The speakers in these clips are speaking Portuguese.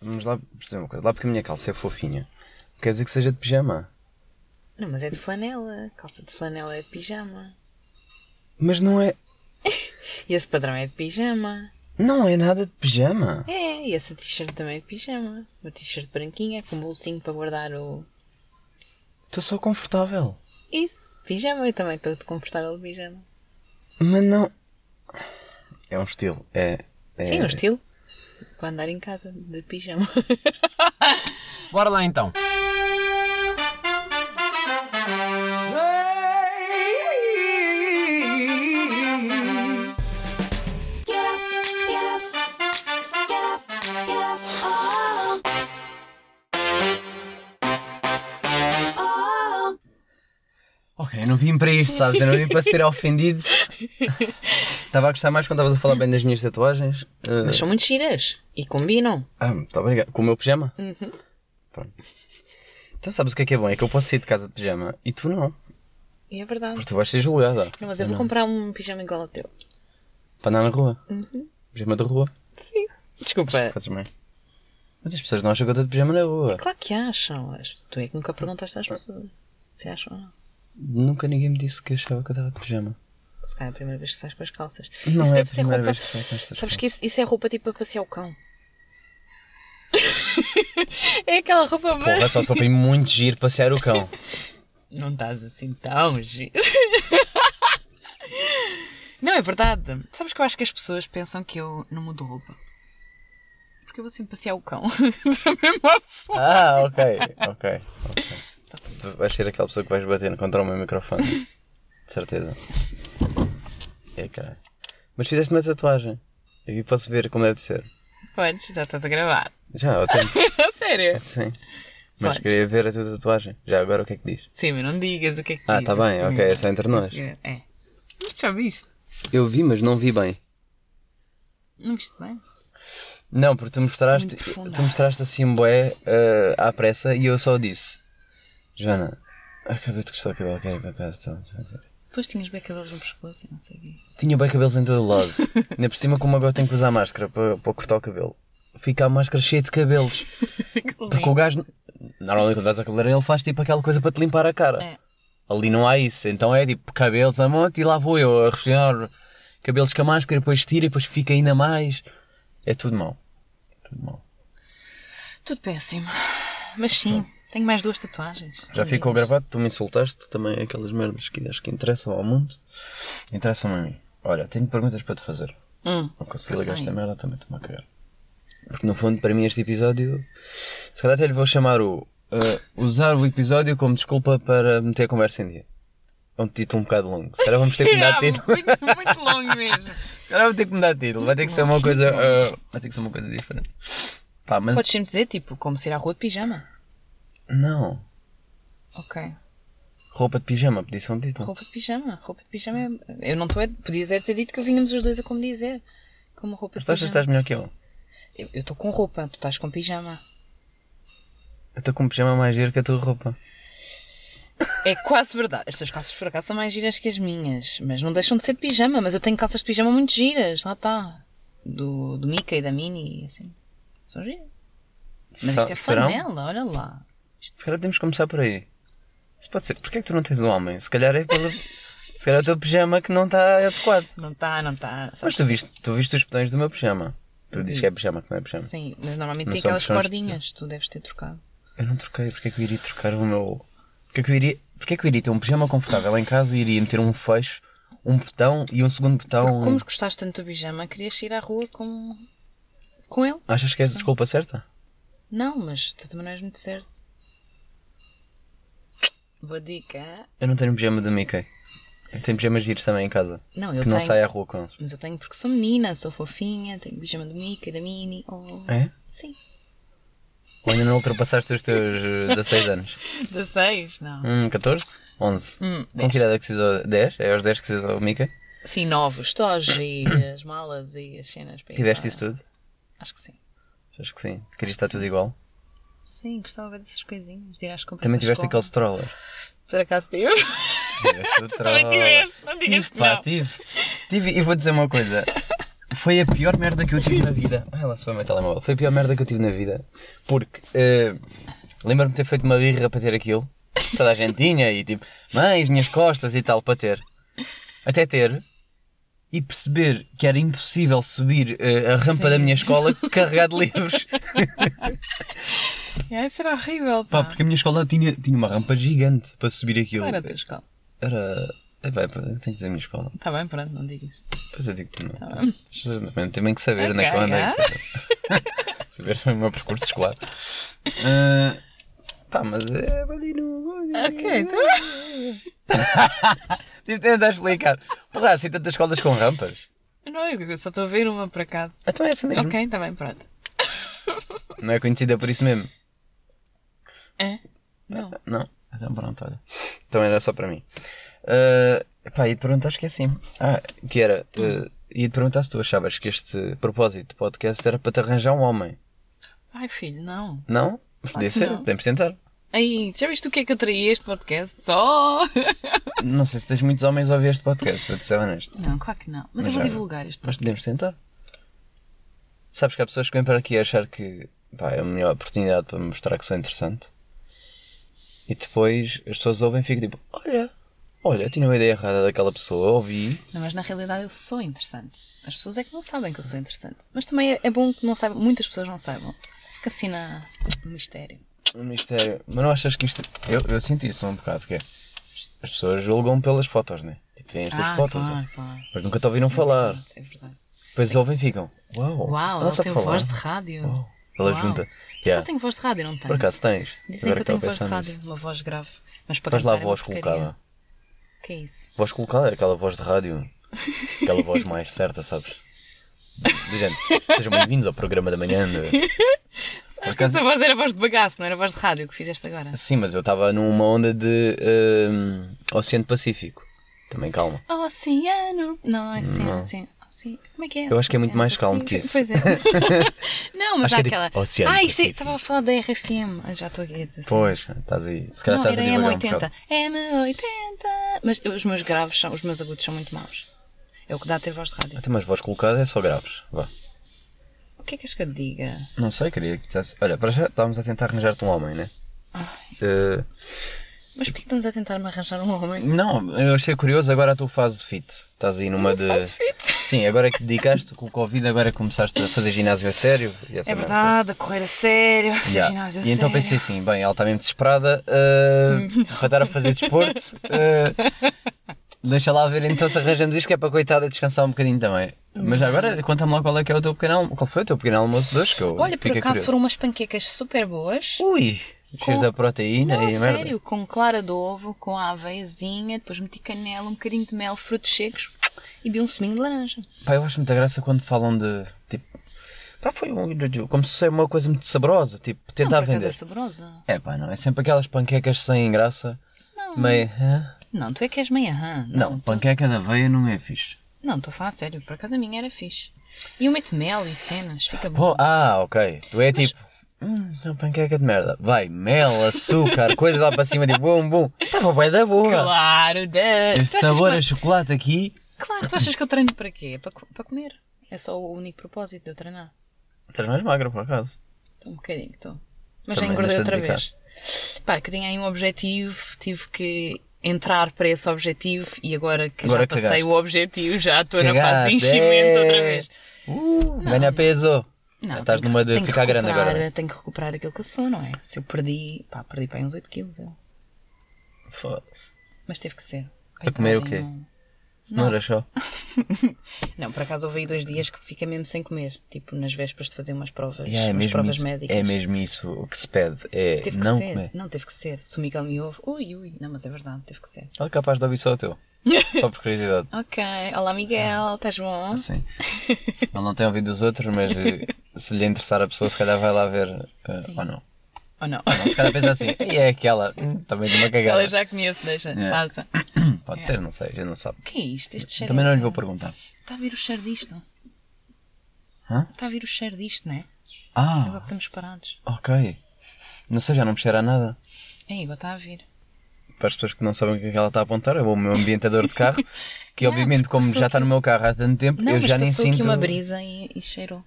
Vamos lá perceber uma coisa. Lá porque a minha calça é fofinha. Não quer dizer que seja de pijama. Não, mas é de flanela. Calça de flanela é de pijama. Mas não é. E esse padrão é de pijama. Não é nada de pijama. É, e essa t-shirt também é de pijama. Uma t-shirt branquinha com um bolsinho para guardar o. Estou só confortável. Isso, pijama. Eu também estou confortável de pijama. Mas não. É um estilo. É. é... Sim, um estilo. Para andar em casa de pijama. Bora lá então. Ok, eu não vim para isto, sabes? Eu não vim para ser ofendido. Estava a gostar mais quando estavas a falar bem das minhas tatuagens. Eh, Mas são muito giras e combinam. Ah, muito obrigado. Com o meu pijama? Uhum. Pronto. Então sabes o que é que é bom? É que eu posso sair de casa de pijama e tu não. E é verdade. Porque tu vais ser julgada. Não, mas eu vou comprar um pijama igual ao teu. Para andar na rua. Uhum. Pijama de rua. Desculpa. Fazes bem. Mas as pessoas não acham que eu estou de pijama na rua. Claro que acham. As- Tu é que nunca perguntaste às pessoas se acham ou não. Nunca ninguém me disse que achava que eu estava de pijama. Se calhar é a primeira vez que sais com as calças. Não isso é a deve ser primeira roupa. vez que saio com estas Sabes que isso, isso é roupa tipo para passear o cão. é aquela roupa Porra, só se for para ir muito giro passear o cão. Não estás assim tão giro. não, é verdade. Sabes que eu acho que as pessoas pensam que eu não mudo roupa. Porque eu vou sempre passear o cão. da mesma forma. Ah, ok, ok, ok. Tu vais ser aquela pessoa que vais bater contra o meu microfone. De certeza. É, caralho. Mas fizeste uma tatuagem. E posso ver como deve ser. Podes, já estás a gravar. Já, ótimo. Sério? Sim. Mas Podes. queria ver a tua tatuagem. Já agora o que é que diz? Sim, mas não digas o que é que Ah, diz, tá bem, assim. ok, é só entre nós. É. Mas já viste? Eu vi, mas não vi bem. Não viste bem? Não, porque tu mostraste, Muito profunda. tu mostraste assim boé eh, à pressa e eu só disse: Joana, acabei de gostar do cabelo, quero ir para casa. Então, então, então." Depois tinhas bem cabelos no pescoço e não sei o quê. Tinha bem cabelos em todo o lado. Ainda por cima, como agora tenho que usar máscara para, para cortar o cabelo, fica a máscara cheia de cabelos. Porque o gajo, normalmente quando vais ao cabeleireiro, ele faz tipo aquela coisa para te limpar a cara. É. Ali não há isso. Então é tipo cabelos a monte e lá vou eu a refinar cabelos com a máscara, depois tira, depois fica ainda mais. É tudo mau. É tudo mau. Tudo péssimo. Mas sim, tenho mais duas tatuagens. Já Não ficou digas. gravado, tu me insultaste, também é aquelas merdas que acho que interessam ao mundo, interessam a mim. Olha, tenho perguntas para te fazer. Hum. Não consegui Pois ligar é. esta merda, também estou-me a cagar. Porque no fundo, para mim, este episódio. Se calhar até lhe vou chamar o. eh, usar o episódio como desculpa para meter a conversa em dia. É um título um bocado longo. Se calhar vamos ter que mudar É, de título. muito, muito longo mesmo. Se calhar vou ter que mudar de título. Vai ter que ser uma coisa. eh, vai ter que ser uma coisa diferente. Pá, mas. Podes sempre dizer, tipo, como ser à rua de pijama. Não. Ok. Roupa de pijama, podia ser um título. Roupa de pijama. Roupa de pijama é. Eu não estou. a- Podia dizer- ter dito que vinhamos os dois a como dizer. Como roupa Mas de tu achas que pijama. estás melhor que eu? Eu eu estou com roupa, tu estás com pijama. Eu estou com um pijama mais giro que a tua roupa. É quase verdade. As tuas calças por acaso são mais giras que as minhas, mas não deixam de ser de pijama. Mas eu tenho calças de pijama muito giras, lá está. Do, do Mika e da Mini, assim. São giras. Mas isto é Serão? flanela, olha lá. Se calhar temos que começar por aí. Isso pode ser. Porquê é que tu não tens um homem? Se calhar é pela... Se calhar é o teu pijama que não está adequado. Não está, não tá. está. Mas tu viste, tu viste os botões do meu pijama. Tu dizes que é pijama, que não é pijama. Sim, mas normalmente Não tem são aquelas puxões de- cordinhas, tu deves ter trocado. Eu não troquei. Porquê é que eu iria trocar o meu... Porquê é que eu iria... Porquê é que eu iria ter um pijama confortável em casa e iria meter um fecho, um botão e um segundo botão... Como gostaste tanto do pijama, querias ir à rua com. com ele? Achas que é a desculpa certa? Não, mas tu também não és muito certo. Boa dica. Eu não tenho um pijama do Mickey. Eu tenho pijamas giros também em casa. Não, eu que tenho. não saio à rua com eles. Mas eu tenho porque sou menina, sou fofinha, tenho pijama do Mickey, e da Minnie. Oh. É? Sim. Ou ainda não ultrapassaste os teus eh, 16 anos? 16? Não. Hum, 14? 11? Hum, Com que dez. idade é que se usou? 10? É aos 10 que se usou o Mika? Sim, novos. Tos e as malas e as cenas. para ir Tiveste lá. isso tudo? Acho que sim. Acho que sim. Querias estar tudo igual? Sim, gostava dessas coisinhas, de ir às compras. Também para a tiveste aquele escola. stroller. Por acaso tive? Tiveste o Também stroller. tiveste, não digas Tive, que pá, não. tive. Tive e vou dizer uma coisa. foi a pior merda que eu tive na vida. Ah, lá se foi o meu telemóvel. Foi a pior merda que eu tive na vida. Porque eh, lembro-me de ter feito uma birra para ter aquilo. Toda a gente tinha e tipo, mães, minhas costas e tal, para ter. Até ter e perceber que era impossível subir eh, a rampa da minha escola carregado de livros. Yeah, É, isso era horrível, pá. Pá, porque a minha escola tinha, tinha uma rampa gigante para subir aquilo. Não Ah. era a tua escola. Era. É, pá, tenho que dizer a minha escola. Está Tá bem, pronto, não digas. Depois eu digo que não. Tá bem. As pessoas também têm que saber onde é que eu Ok, andei. ah. saber o meu percurso escolar. Ah, pá, mas é ali no. Ok, então. Tive de tentar explicar. Porra, assim tantas escolas com rampas. Não, eu só estou a ver uma por acaso. Então é essa mesmo. Ok, está bem, pronto. Não é conhecida por isso mesmo? É? Não. Não? Então pronto, olha. Então era só para mim. Ah, pá, ia te perguntar, esqueci-me. Ah, que era. Hum. ah, ia te perguntar se tu achavas que este propósito de podcast era para te arranjar um homem. Ai, filho, não. Não? Podia que ser, não. podemos tentar. Aí, já viste o que é que eu traí este podcast? Só! Não sei se tens muitos homens a ouvir este podcast, se eu te ser honesto. Não, claro que não. Mas Mas, eu vou já- divulgar este Mas podcast. podemos tentar. Sabes que há pessoas que vêm para aqui a achar que pá, é a melhor oportunidade para me mostrar que sou interessante. E depois as pessoas ouvem e ficam tipo: Olha, olha, eu tinha uma ideia errada daquela pessoa, ouvi. Não, mas na realidade eu sou interessante. As pessoas é que não sabem que eu sou interessante. Mas também é, é bom que não saibam, muitas pessoas não saibam. Fica assim na, no mistério. Um mistério. Mas não achas que isto. Eu, eu sinto isso um bocado, que é. As pessoas julgam pelas fotos, né? Tipo, vêm estas ah, fotos. claro, claro. Mas nunca te ouviram falar. É verdade. Depois ouvem e ficam: Uau, Uau, ela sabe tem falar." voz de rádio. Uau. Ela Uau. junta. Mas Yeah. tenho voz de rádio, não tenho. Por acaso tens? Dizem que eu estava tenho a voz de pensar rádio, nisso. uma voz grave. Mas para Mas lá a cantar é uma voz porcaria. colocada. Que é isso? Voz colocada é aquela voz de rádio. Aquela voz mais certa, sabes? Do género. Sejam bem-vindos ao programa da manhã. né? de- Acho que essa voz era voz de bagaço, não era voz de rádio que fizeste agora. Sim, mas eu estava numa onda de hum, Oceano Pacífico. Também calma. Oh, Oceano. Não, não é assim, Não. assim. assim. Como é que é? Eu acho que é muito Oceano mais calmo que Pacífico. isso. Pois é. não, mas Acho há que é tipo aquela. Oceano ah, isto é- Pacífico. estava a falar da RFM. Ah, já estou aqui a dizer. assim. Pois, estás aí. Se calhar Não, estás era a divagar um M80. bocado. M80. Mas os meus graves são, os meus agudos são muito maus. É o que dá a ter voz de rádio. Até mas voz colocada é só graves. Vá. O que é que és que eu diga? Não sei, queria que dissesse. Olha, para já estávamos a tentar arranjar-te um homem, né? Ah, Eh, Mas porquê que estamos a tentar me arranjar um homem? não, eu achei curioso agora a tua fase fit. Estás aí numa de. Faço fit. Sim, agora é que dedicaste com o Covid, agora é que começaste a fazer ginásio a sério. e essa É merda. verdade, a correr a sério, a fazer Yeah. ginásio a E então sério. Hum. pensei assim, bem, ela está mesmo desesperada uh, para estar a fazer desporto. uh, deixa lá ver então se arranjamos isto que é para a coitada descansar um bocadinho também. Hum. Mas agora conta-me lá qual é que é o teu pequeno almoço. Qual foi o teu pequeno almoço de hoje? Que eu Olha, por fiquei acaso foram umas panquecas super boas. curioso. Ui, cheios Com- da proteína Não, a e merda. sério, com clara de ovo, com a aveiazinha, depois meti canela, um bocadinho de mel, frutos secos e vi um suminho de laranja. Pá, eu acho muita graça quando falam de tipo. Pá, foi um. Como se fosse uma coisa muito saborosa, tipo, Não, por tentar acaso vender. é saborosa. É pá, não, é sempre aquelas panquecas sem graça, Não, meio. hã? não, tu é que és meia rã. Não, tu- panqueca da aveia não é fixe. Não, estou a falar a sério, por acaso a minha era fixe. E eu meto mel e cenas, fica bom. Pô, ah, ok. Tu é tipo. Hum, uma panqueca de merda. Vai, mel, açúcar, coisas lá para cima, tipo, bum, bum. Estava bué da boa. Claro, de... Este sabor é- a chocolate aqui. Claro, tu achas que eu treino para quê? É Para, co- para comer. É só o único propósito de eu treinar. Estás mais magra, por acaso. Estou um bocadinho, estou. Também é Mas já engordei deixa de outra vez. Pá, que eu tinha aí um objetivo, tive que entrar para esse objetivo e agora que Agora já passei cagaste. o objetivo, já estou na fase Cagaste, de enchimento outra é. vez. Uh, ganha peso. Não, Já estás tenho que- numa de tenho que ficar grande recuperar- agora. Tenho que recuperar aquilo que eu sou, não é? Se eu perdi, pá, perdi para aí uns 8 quilos. eu. Foda-se. Mas teve que ser. Para comer o Coitadinho, quê? não- Cenoura só. Não, por acaso houve aí dois dias que fica mesmo sem comer. Tipo, nas vésperas de fazer umas provas, Yeah, é, umas mesmo provas isso, médicas. é mesmo isso o que se pede. É Teve que não ser. comer. Não, teve que ser. Se o Miguel me ouve, ui, ui. Não, mas é verdade, teve que ser. Ela é capaz de ouvir só o teu. Só por curiosidade. Ok, olá Ah. Miguel, estás bom? Sim. Ela não tem ouvido os outros, mas eh, se lhe interessar a pessoa, se calhar vai lá ver. eh, Sim. ou não. Ou não? Não, se calhar pensa assim, e é aquela, hum, também de uma cagada. Ela já conhece, deixa, Yeah. passa. É. Pode ser, não sei, a gente não sabe. O que é isto? Este cheiro. Também é- não lhe vou perguntar. Está a vir o cheiro disto? Hã? Está a vir o cheiro disto, não é? Agora que Ah, estamos parados. ok. Não sei, já não me cheira a nada. É, agora está a vir. para as pessoas que não sabem o que é que ela está a apontar, é o meu ambientador de carro, que Yeah, obviamente, porque como passou já está aqui- no meu carro há tanto tempo, Não, eu mas já nem passou sinto. aqui uma brisa e, e cheirou.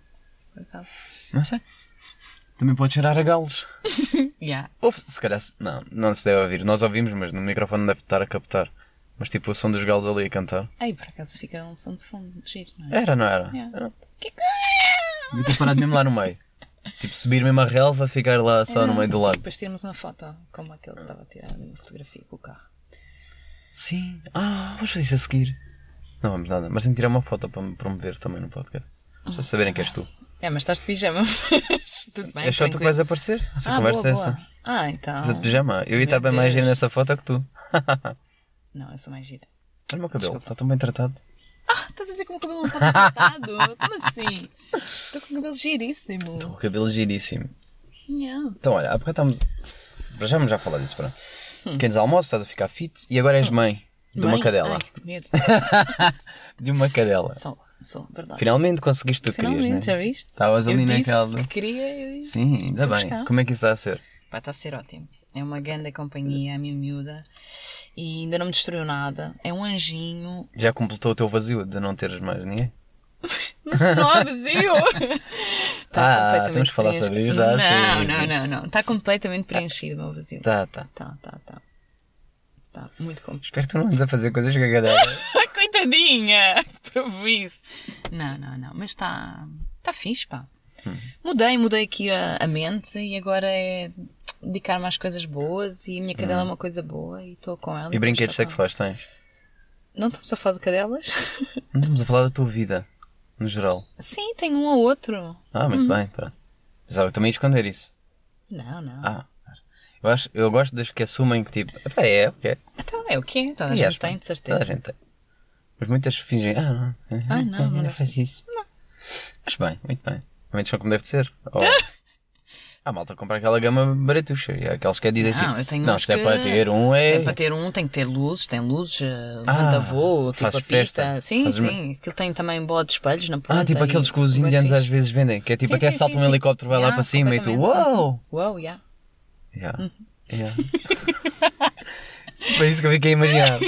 Por acaso. Não sei. Também pode cheirar a galos. Yeah. Ou se se calhar. se- Não, não se deve ouvir. Nós ouvimos, mas no microfone deve estar a captar. Mas tipo o som dos galos ali a cantar. Ai, por acaso fica um som de fundo, giro, não é? Era, não era? Yeah. Era. Devia ter parado mesmo lá no meio. Tipo, subir mesmo a relva, ficar lá É, só no meio do lago. Depois tiramos uma foto, como aquele que estava a tirar uma fotografia com o carro. Sim. Ah, vamos fazer isso a seguir. Não vamos nada, mas tenho que tirar uma foto para me promover também no podcast. Só Ah, saberem que és tu. É, mas estás de pijama, mas tudo bem. és só tu que vais aparecer? Essa ah, conversa boa, é boa. essa. Ah, então. Estás de pijama. Eu ia estar bem Meu mais Deus. gira nessa foto que tu. Olha Não, eu sou mais gira. o meu cabelo, Desculpa. está tão bem tratado. Ah, estás a dizer que o meu cabelo não está tratado? Como assim? Estou com o cabelo giríssimo. Estou com o cabelo giríssimo. Yeah. Então, olha, há bocado estamos. Para já vamos já falar disso, pronto. Pequenos almoços, estás a ficar fit e agora és mãe de uma Hum. Mãe? cadela. Ai, que medo. De uma cadela. sou, sou, verdade. Finalmente conseguiste o que querias, Finalmente, já né? viste? Estavas eu ali disse naquela. que queria, eu disse. Sim, ainda Vou bem. buscar. Como é que isso está a ser? Pá, está a ser ótimo. É uma grande companhia, a minha miúda. E ainda não me destruiu nada. É um anjinho. Já completou o teu vazio de não teres mais ninguém? Mas não há vazio. Ah, completamente temos que falar sobre preenchido. isto, ah, Não, sim, não, sim. não, não. Está completamente preenchido o meu vazio. Tá, tá. Tá, tá, tá. Tá, muito complicado. Espero que tu não andes a fazer coisas com a cadela. Coitadinha! Provo isso. Não, não, não. Mas está. Está fixe, pá. Hum. Mudei, mudei aqui a, a mente e agora é dedicar-me às coisas boas e a minha cadela é uma coisa boa e estou com ela. Hum. e brinquedos Estou com- sexuais tens? Não estamos a falar de cadelas? Não estamos a falar da tua vida, no geral. Sim, tem um ou outro. Ah, muito bem, pronto. Pensava que também ia esconder isso. Não, não. Ah. Eu, acho, eu gosto das que assumem que tipo, "Epá, é, ok. Então é o quê? Toda a E gente acho tem, bem. de Toda a certeza. gente tem. Mas muitas fingem, ah, não. Ah, não, não não gosto faz isso. Não. Mas bem, muito bem. Realmente são como deve de ser. Ou... Ah, malta, compra aquela gama baratuxa. E há aqueles que dizem assim: Não, eu tenho não uns se é que- para ter um, é. Ah, Se é para ter um, tem que ter luzes, tem luzes, eh, levanta-voo, tipo faz a festa, pista. Sim, fazes uma- sim. Aquilo tem também bola de espelhos na ponta. Ah, tipo e- é aqueles que os bué indianos fixe. às vezes vendem, que é tipo Sim, até sim, salta sim, um sim. helicóptero, vai lá Yeah, para cima e tu, completamente. uou! Uau, já. Yeah. Yeah. Foi isso que eu fiquei a imaginar.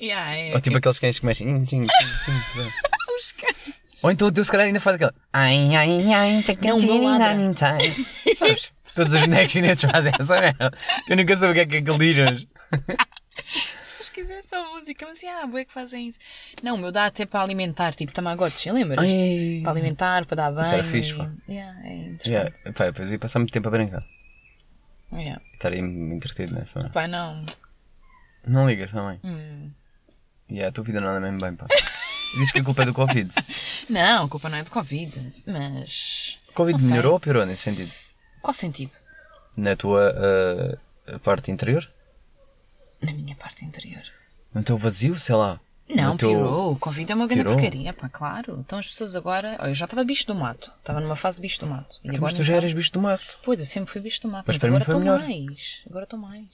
Yeah, é. Ou tipo aqueles cães que mexem. Hum, tchim, tchim, tchim. Ou então o teu se calhar ainda faz aquela. Ai, ai, ai, Não, o meu ladra. tchacatirinanintai. Sabes? Todos os bonecos chineses fazem essa merda. Eu nunca soube o que é que aquilo diz hoje. Mas quiser só música, mas ah, boa que fazem isso. Não, o meu dá até para alimentar, tipo Tamagotchi, lembras-te? Ai. é. Para alimentar, para dar banho. Isso era fixe, e- pá. Yeah, é Yeah, interessante. pá, depois eu ia passar muito tempo a brincar. Yeah. Estaria me entretido nessa hora. Pá, não. Não ligas também. Hum. Yeah, a tua vida não anda mesmo bem, pá. Diz que a culpa é do Covid. Não, a culpa não é do Covid, mas. O Covid Não sei. melhorou ou piorou nesse sentido? Qual sentido? Na tua ah, parte interior? Na minha parte interior. No teu vazio, sei lá. Não, No teu- piorou. O Covid é uma grande Piorou? porcaria, pá, claro. Então as pessoas agora. Oh, eu já estava bicho do mato. Estava numa fase bicho do mato. E Então, agora mas tu então- já eras bicho do mato. Pois, eu sempre fui bicho do mato. Mas Mas, para mim agora foi estou melhor. mais. Agora estou mais.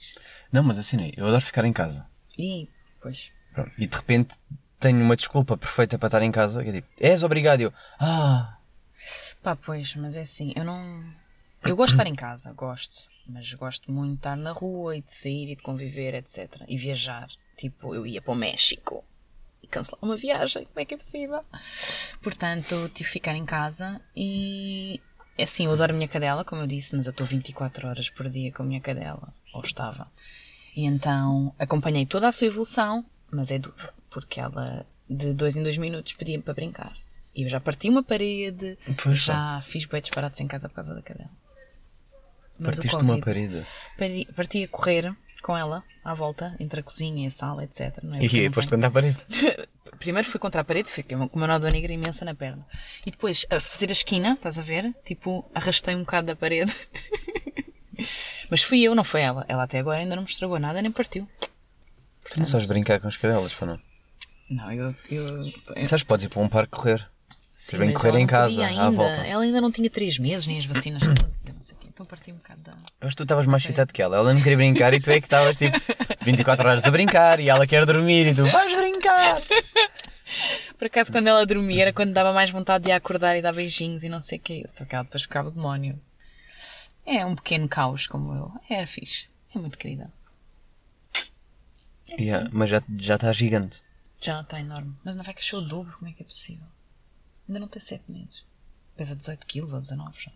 Não, mas assim, eu adoro ficar em casa. E. Pois. Pronto. E de repente tenho uma desculpa perfeita para estar em casa. Que é tipo, és obrigado. E Eu, ah, Pá, pois, mas é assim, eu não. Eu gosto de estar em casa, gosto. Mas gosto muito de estar na rua e de sair e de conviver, etc. E viajar. Tipo, eu ia para o México e cancelar uma viagem, como é que é possível? Portanto, tive que ficar em casa e. é Assim, eu adoro a minha cadela, como eu disse, mas eu estou 24 horas por dia com a minha cadela, ou estava. E então acompanhei toda a sua evolução, mas é duro, porque ela de dois em dois minutos pedia-me para brincar. E eu já parti uma parede, Pois já fiz bem disparados em casa por causa da cadela. Mas o partiste Covid, uma parede. pari- parti a correr com ela à volta, entre a cozinha e a sala, etc. Não é? E Porque eu aí, não foste tenho- contra a parede. Primeiro fui contra a parede, fiquei com uma nódoa negra imensa na perna. E depois, a fazer a esquina, estás a ver? Tipo, arrastei um bocado da parede. Mas fui eu, não foi ela. Ela até agora ainda não me estragou nada, nem partiu. Tu não sabes brincar com as cadelas, para não? Não, eu. eu, eu Sabes, podes ir para um parque correr. sim, bem mas correr ela em não casa, podia à ainda. volta. Ela ainda não tinha três meses, nem as vacinas todas, eu não sei o quê. Então parti um bocado da. Eu acho que tu estavas mais excitado que ela. Ela não queria brincar e tu é que estavas tipo 24 horas a brincar e ela quer dormir e tu vais brincar. Por acaso, quando ela dormia, era quando dava mais vontade de a acordar e dar beijinhos e não sei o quê. Só que ela depois ficava o demónio. É um pequeno caos como eu. É, era fixe. É muito querida. Yeah, mas já já está gigante. Já está enorme. Mas não vai crescer o dobro, como é que é possível? Ainda não tem 7 meses. Pesa 18 quilos ou 19 já.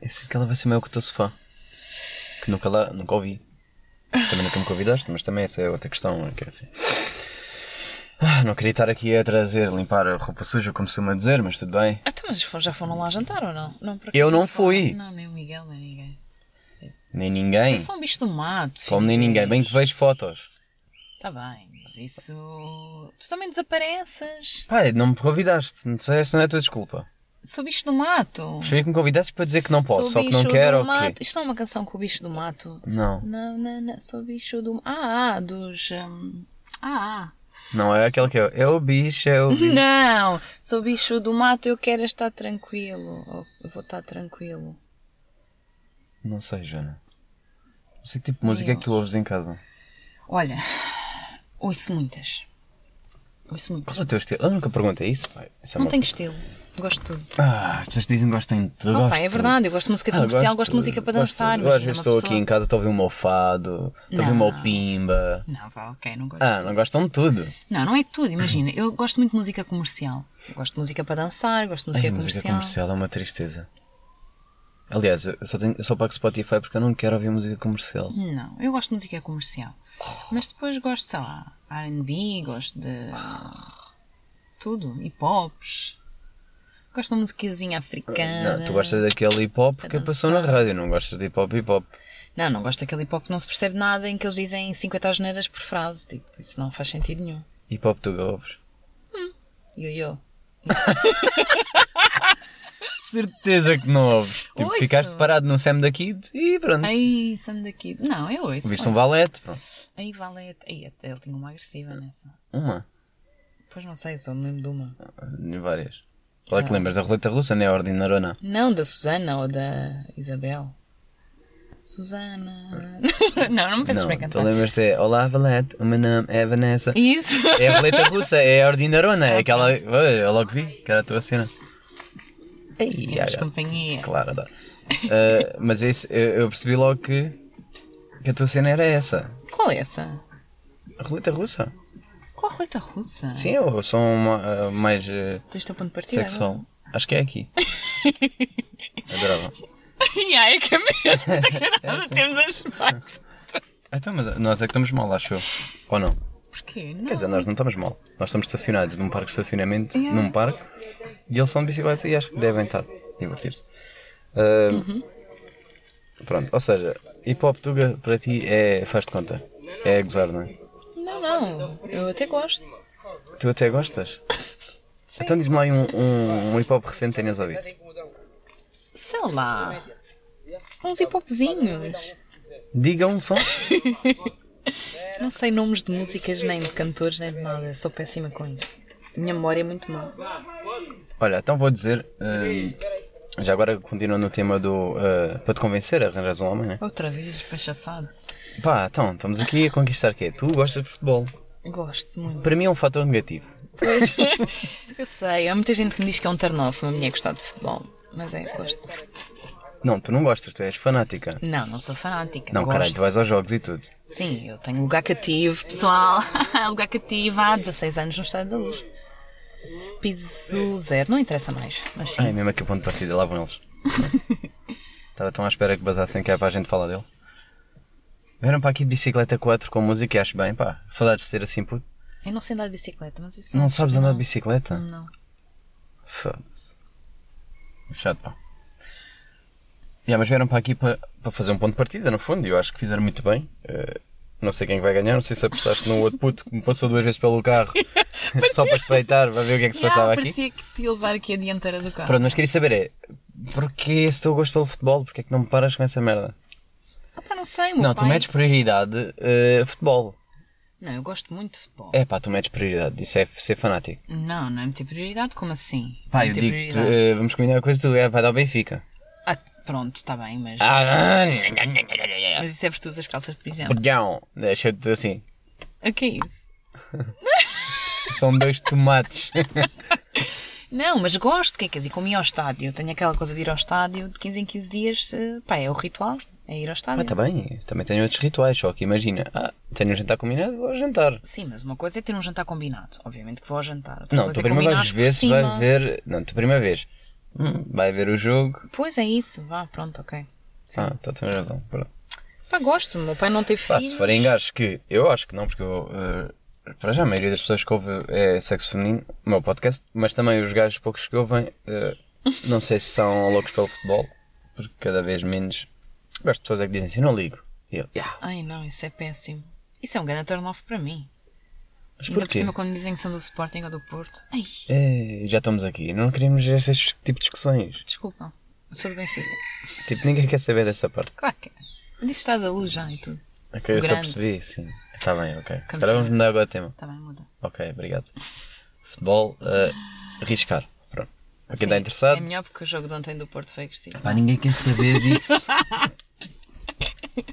Isso que ela vai ser maior que o teu sofá. Que nunca lá, nunca ouvi. Também nunca me convidaste, mas também essa é outra questão. Que é assim. Ah, não queria estar aqui a trazer, limpar a roupa suja, como costuma dizer, mas tudo bem. Ah, então, mas fo- já foram lá jantar ou não? não por Eu acaso não fui. Não, nem o Miguel, nem ninguém. Nem ninguém. Eu sou um bicho do mato. Como nem ninguém. Bem que vejo fotos. Está bem, mas isso. Tu também desapareces. Pai, não me convidaste. Não sei, essa não é a tua desculpa. Sou bicho do mato. Prefiro que me convidasses para dizer que não posso, só Sou que não bicho quero do ou quê? mato. Isto não é uma canção com o bicho do mato. Não, Não, não, não. Sou bicho do. Ah, ah, dos. hum, Ah, ah. não é aquele que é. É o bicho, é o bicho. Não! Sou bicho do mato, eu quero é estar tranquilo. Ou Eu vou estar tranquilo. Não sei, Joana. Não sei que tipo de música é que tu ouves em casa. Olha, ouço muitas. Ouço muitas. Qual é o teu estilo? Eu nunca perguntei isso, pai. Isso é Não uma- tenho estilo. Gosto de tudo. Ah, as pessoas dizem que gostam de Ah, tudo. Opa, é verdade, eu gosto de música comercial, gosto, de música para dançar. Eu às imagina, vezes uma estou pessoa- aqui em casa, estou a ouvir o meu fado, estou a ouvir o meu Não. pimba. Não, vá, ok, não gosto. Ah, não gostam de tudo. Não, não é tudo, imagina. Eu gosto muito de música comercial. Eu gosto de música para dançar, gosto de música Ai, música comercial. comercial é uma tristeza. Aliás, eu só, tenho, eu só pago Spotify porque eu não quero ouvir música comercial. Não, eu gosto de música comercial. Mas depois gosto, sei lá, RB, gosto de. tudo. Hip hops. Gosto de uma musiquinha africana. Não, tu gostas daquele hip hop que passou na rádio, não gostas de hip hop hip hop. Não, não gosto daquele hip hop que não se percebe nada em que eles dizem 50 asneiras por frase. Tipo, isso não faz sentido nenhum. Hip hop tu ouves. Yo yo. Certeza que não ouves. Tipo, Ouço. ficaste parado no Sam da Kid e pronto. Ai, some daqui. Não, eu ouço. Viste um valete, pronto. Aí valete. Aí, ele tinha uma agressiva nessa. Uma, Pois não sei, só me lembro de uma. várias. Qual é que lembras da roleta russa, né? A ordinarona. Não, da Susana ou da Isabel. Susana. não, não me peças para Não, tu cantar. lembras-te é Olá Valete, o meu nome é Vanessa. Isso. É a roleta russa, é a ordinarona, é aquela. Oi, eu logo vi que era a tua cena. Ei, Temos ai, ai. companhia. Claro, dá. Ah, mas esse, eu, eu percebi logo que, que a tua cena era essa. Qual é essa? A roleta russa. Qual a roleta russa? Sim, eu sou uma, ah, mais ah, Tens teu ponto de partida? sexual. Acho que é aqui. Adorava. E ai, é que é mesmo. Que É, nada temos a chamar. Então, mas nós é que estamos mal, acho eu. Ou não? Porquê? Quer Não. dizer, nós não estamos mal. Nós estamos estacionados num parque de estacionamento, Yeah. num parque, e eles são de bicicleta e acho que devem estar a divertir-se. Ah, Pronto, ou seja, hip hop tuga para ti é. faz-te conta. É gozar, não é? Não, não. Eu até gosto. Tu até gostas? Então diz-me lá aí um, um, um hip hop recente que tenhas ouvido. Sei lá. Uns hip hopzinhos. Diga um som. Não sei nomes de músicas, nem de cantores, nem de nada. Sou péssima com isso. Minha memória é muito má. Olha, então vou dizer. ah, já agora continuando no tema do. ah, para te convencer, arranjas um homem, né? Outra vez, pachaçado. Pá, então, estamos aqui a conquistar o quê? Tu gostas de futebol. Gosto muito. Para mim é um fator negativo. Eu sei, há muita gente que me diz que é um turn-off uma mulher gostar de futebol. Mas é, gosto. Não, tu não gostas, tu és fanática. Não, não sou fanática. Não, gosto. caralho, tu vais aos jogos e tudo. Sim, eu tenho um lugar cativo, pessoal. lugar cativo há 16 anos no Estádio da Luz. Piso zero, não interessa mais. Mas sim, Ai, mesmo aqui o ponto de partida, lá vão eles. Estava tão à espera que basassem que é para a gente falar dele. Vieram para aqui de bicicleta 4 com música e acho bem, pá. Saudades de ser assim, puto. eu não sei andar de bicicleta, mas isso. Não sabes andar de bicicleta? Não. Foda-se. Chato, pá. Yeah, mas vieram para aqui para, para fazer um ponto de partida, no fundo, e eu acho que fizeram muito bem. Eh, não sei quem vai ganhar, não sei se apostaste no outro puto que me passou duas vezes pelo carro só para espreitar, para ver o que é que se passava aqui. parecia que te ia levar aqui a dianteira do carro. Pronto, mas queria saber é, porquê esse teu gosto pelo futebol? Porquê é que não me paras com essa merda? Ah, pá, não sei, meu não, pai. tu medes prioridade eh, futebol. Não, eu gosto muito de futebol. É pá, tu medes prioridade, isso é ser fanático. Não, não é meter prioridade, como assim? Pá, eu eh, Meter digo, prioridade. vamos combinar a coisa, tu é, vai dar o Benfica. Ah, pronto, está bem, mas. Ah, Mas isso é por tuas as calças de pijama. perdão, Ah, deixa-te assim. O que é isso? São dois tomates. Não, mas gosto, quer dizer, como ir ao estádio, tenho aquela coisa de ir ao estádio de 15 em 15 dias, eh, pá, é o ritual. É ir ao Ah, estádio. está bem, também tenho outros rituais, só que imagina, ah, tenho um jantar combinado, vou ao jantar. Sim, mas uma coisa é ter um jantar combinado. Obviamente que vou ao jantar. Outra Não, coisa tu é primeiro vais combinares por ver se vai cima. ver. Não, tu primeiro vez. Hum, vai ver o jogo. Pois é isso, vá, pronto, ok. Sim. Ah, então tens razão. pronto. Pá, gosto, meu pai não teve Pá, filhos. se forem gajos que. Eu acho que não, porque eu. eh, para já, a maioria das pessoas que ouve é sexo feminino, o meu podcast, mas também os gajos poucos que ouvem, eh, não sei se são loucos pelo futebol, porque cada vez menos. Eu Gosto de pessoas é que dizem assim, não ligo. E eu, "Ya, Ai não, isso é péssimo. Isso é um grande turn off para mim. mas Ainda por porquê? cima quando dizem que são do Sporting ou do Porto. Ai, Eh, já estamos aqui, não queremos esses tipo de discussões. desculpa. Eu sou do Benfica. Tipo, ninguém quer saber dessa parte. Claro que é. Disse está da luz já e tudo. Ok, eu só Grande. percebi, sim. Está Tá bem, ok. Se Campeão. calhar vamos mudar agora o tema. Também Tá muda. Ok, obrigado. Futebol, eh, riscar. Pronto. Para Sim, quem está interessado. É melhor porque o jogo de ontem do Porto foi agressivo. Pá, ninguém quer saber disso.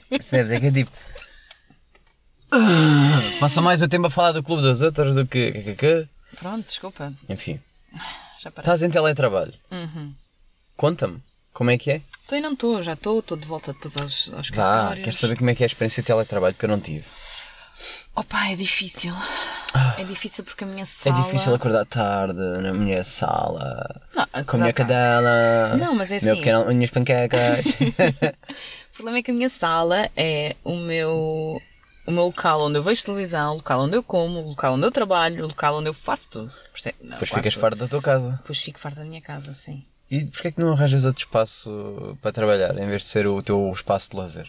Percebes? É que é tipo. Ah, Passa mais o tempo a falar do clube das outras do que. que- que- que. Pronto, desculpa. Enfim. Já parei. Estás em teletrabalho. Uhum. Conta-me. Como é que é? Então eu não estou, já estou, estou de volta depois aos, aos Vá, escritórios. quero saber como é que é a experiência de teletrabalho que eu não tive. Opa, é difícil. É difícil porque a minha Ah. É sala... difícil acordar tarde na minha sala. Não, Com a minha acordar tarde. cadela. Não, mas é Meu assim. pequeno, minhas panquecas. O problema é que a minha sala é o meu, o meu local onde eu vejo televisão, o local onde eu como, o local onde eu trabalho, o local onde eu faço tudo. Percebe? Não, Depois quase ficas tudo. farto da tua casa. Depois fico farta da minha casa, sim. E porquê é que não arranjas outro espaço para trabalhar em vez de ser o teu espaço de lazer?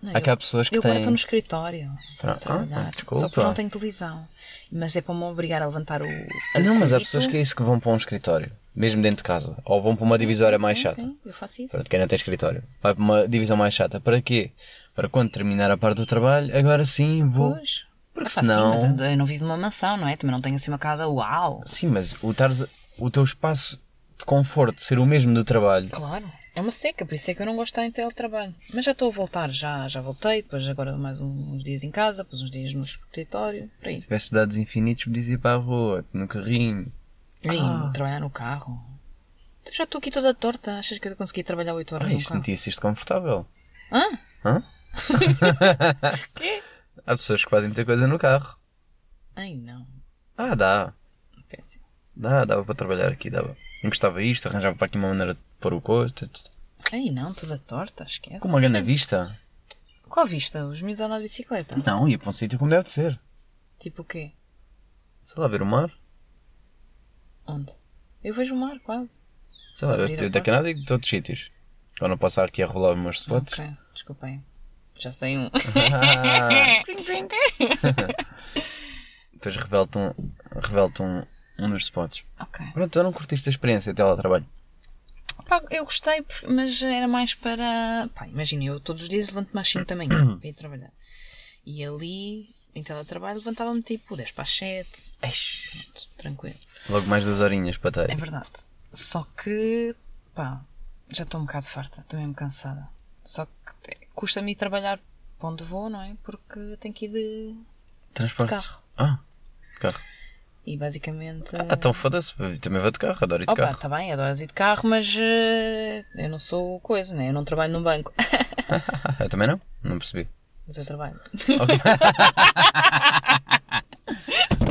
Não, Há eu- cá pessoas que eu agora têm. estou no escritório a Pronto. trabalhar. Ah, desculpa. Só que não tenho televisão. Mas é para me obrigar a levantar o. a Não, mas há coisita. pessoas que é isso que vão para um escritório, mesmo dentro de casa. Ou vão para uma divisória Sim, mais sim, chata. Sim, eu faço isso. Pronto, quem não tem escritório. Vai para uma divisão mais chata. Para quê? Para quando terminar a parte do trabalho, agora sim vou. Pois. Porque Ah, pá, senão- Sim, mas eu- eu não vivo numa mansão, não é? Também não tenho assim uma casa uau. Sim, mas o, tarde, o teu espaço de conforto ser o mesmo do trabalho. Claro, é uma seca, por isso é que eu não gosto de estar em teletrabalho. Mas já estou a voltar, já, já voltei, depois agora mais um- uns dias em casa, depois uns dias no escritório, por Se aí. tivesse dados infinitos, podias ir para a rua, no carrinho. Vim Ah. trabalhar no carro. Então já estou aqui toda torta, achas que eu consegui trabalhar 8 horas Ah, no isto carro? não tinha sido confortável. Hã? Hã? Quê? Há pessoas que fazem muita coisa no carro. Ai não, Ah, dá. péssimo. Dá, dava para trabalhar aqui, dava. Encostava isto, arranjava para aqui uma maneira de pôr o costo. t- t- Ai não, toda torta, esquece. Com uma grande vista. Qual vista? Os miúdos andam de bicicleta? Não, ia para um sítio como deve de ser. Tipo o quê? Sei lá, ver o mar. Onde? Eu vejo o mar, quase. Sei lá, Só eu, abrir a eu da porta. Canadá e de outros sítios. Quando eu passar aqui a rolar os meus spots. Ok, desculpem. Já sei um. É. Ah. Depois revelo-te um, revelo-te um, um dos spots. ok. Pronto, tu não curtiste a experiência de teletrabalho. Pá, eu gostei, por- mas era mais para. Pá, imagina, eu todos os dias levanto-me às 5 da manhã para ir trabalhar. E ali, em teletrabalho, levantava-me tipo 10 para as 7, Eish, tranquilo. Logo mais duas horinhas para É ter. verdade. Só que, pá, já estou um bocado farta, estou mesmo cansada. Só que te- custa-me ir trabalhar para onde vou, não é? Porque tenho que ir de, de Transporte. carro. Ah, de carro. E basicamente. Ah, então foda-se, eu também vou de carro, adoro ir de Opa, carro. está bem, adoras ir de carro, mas eh, eu não sou coisa, né? Eu não trabalho num banco, eu também não? Não percebi. mas eu trabalho.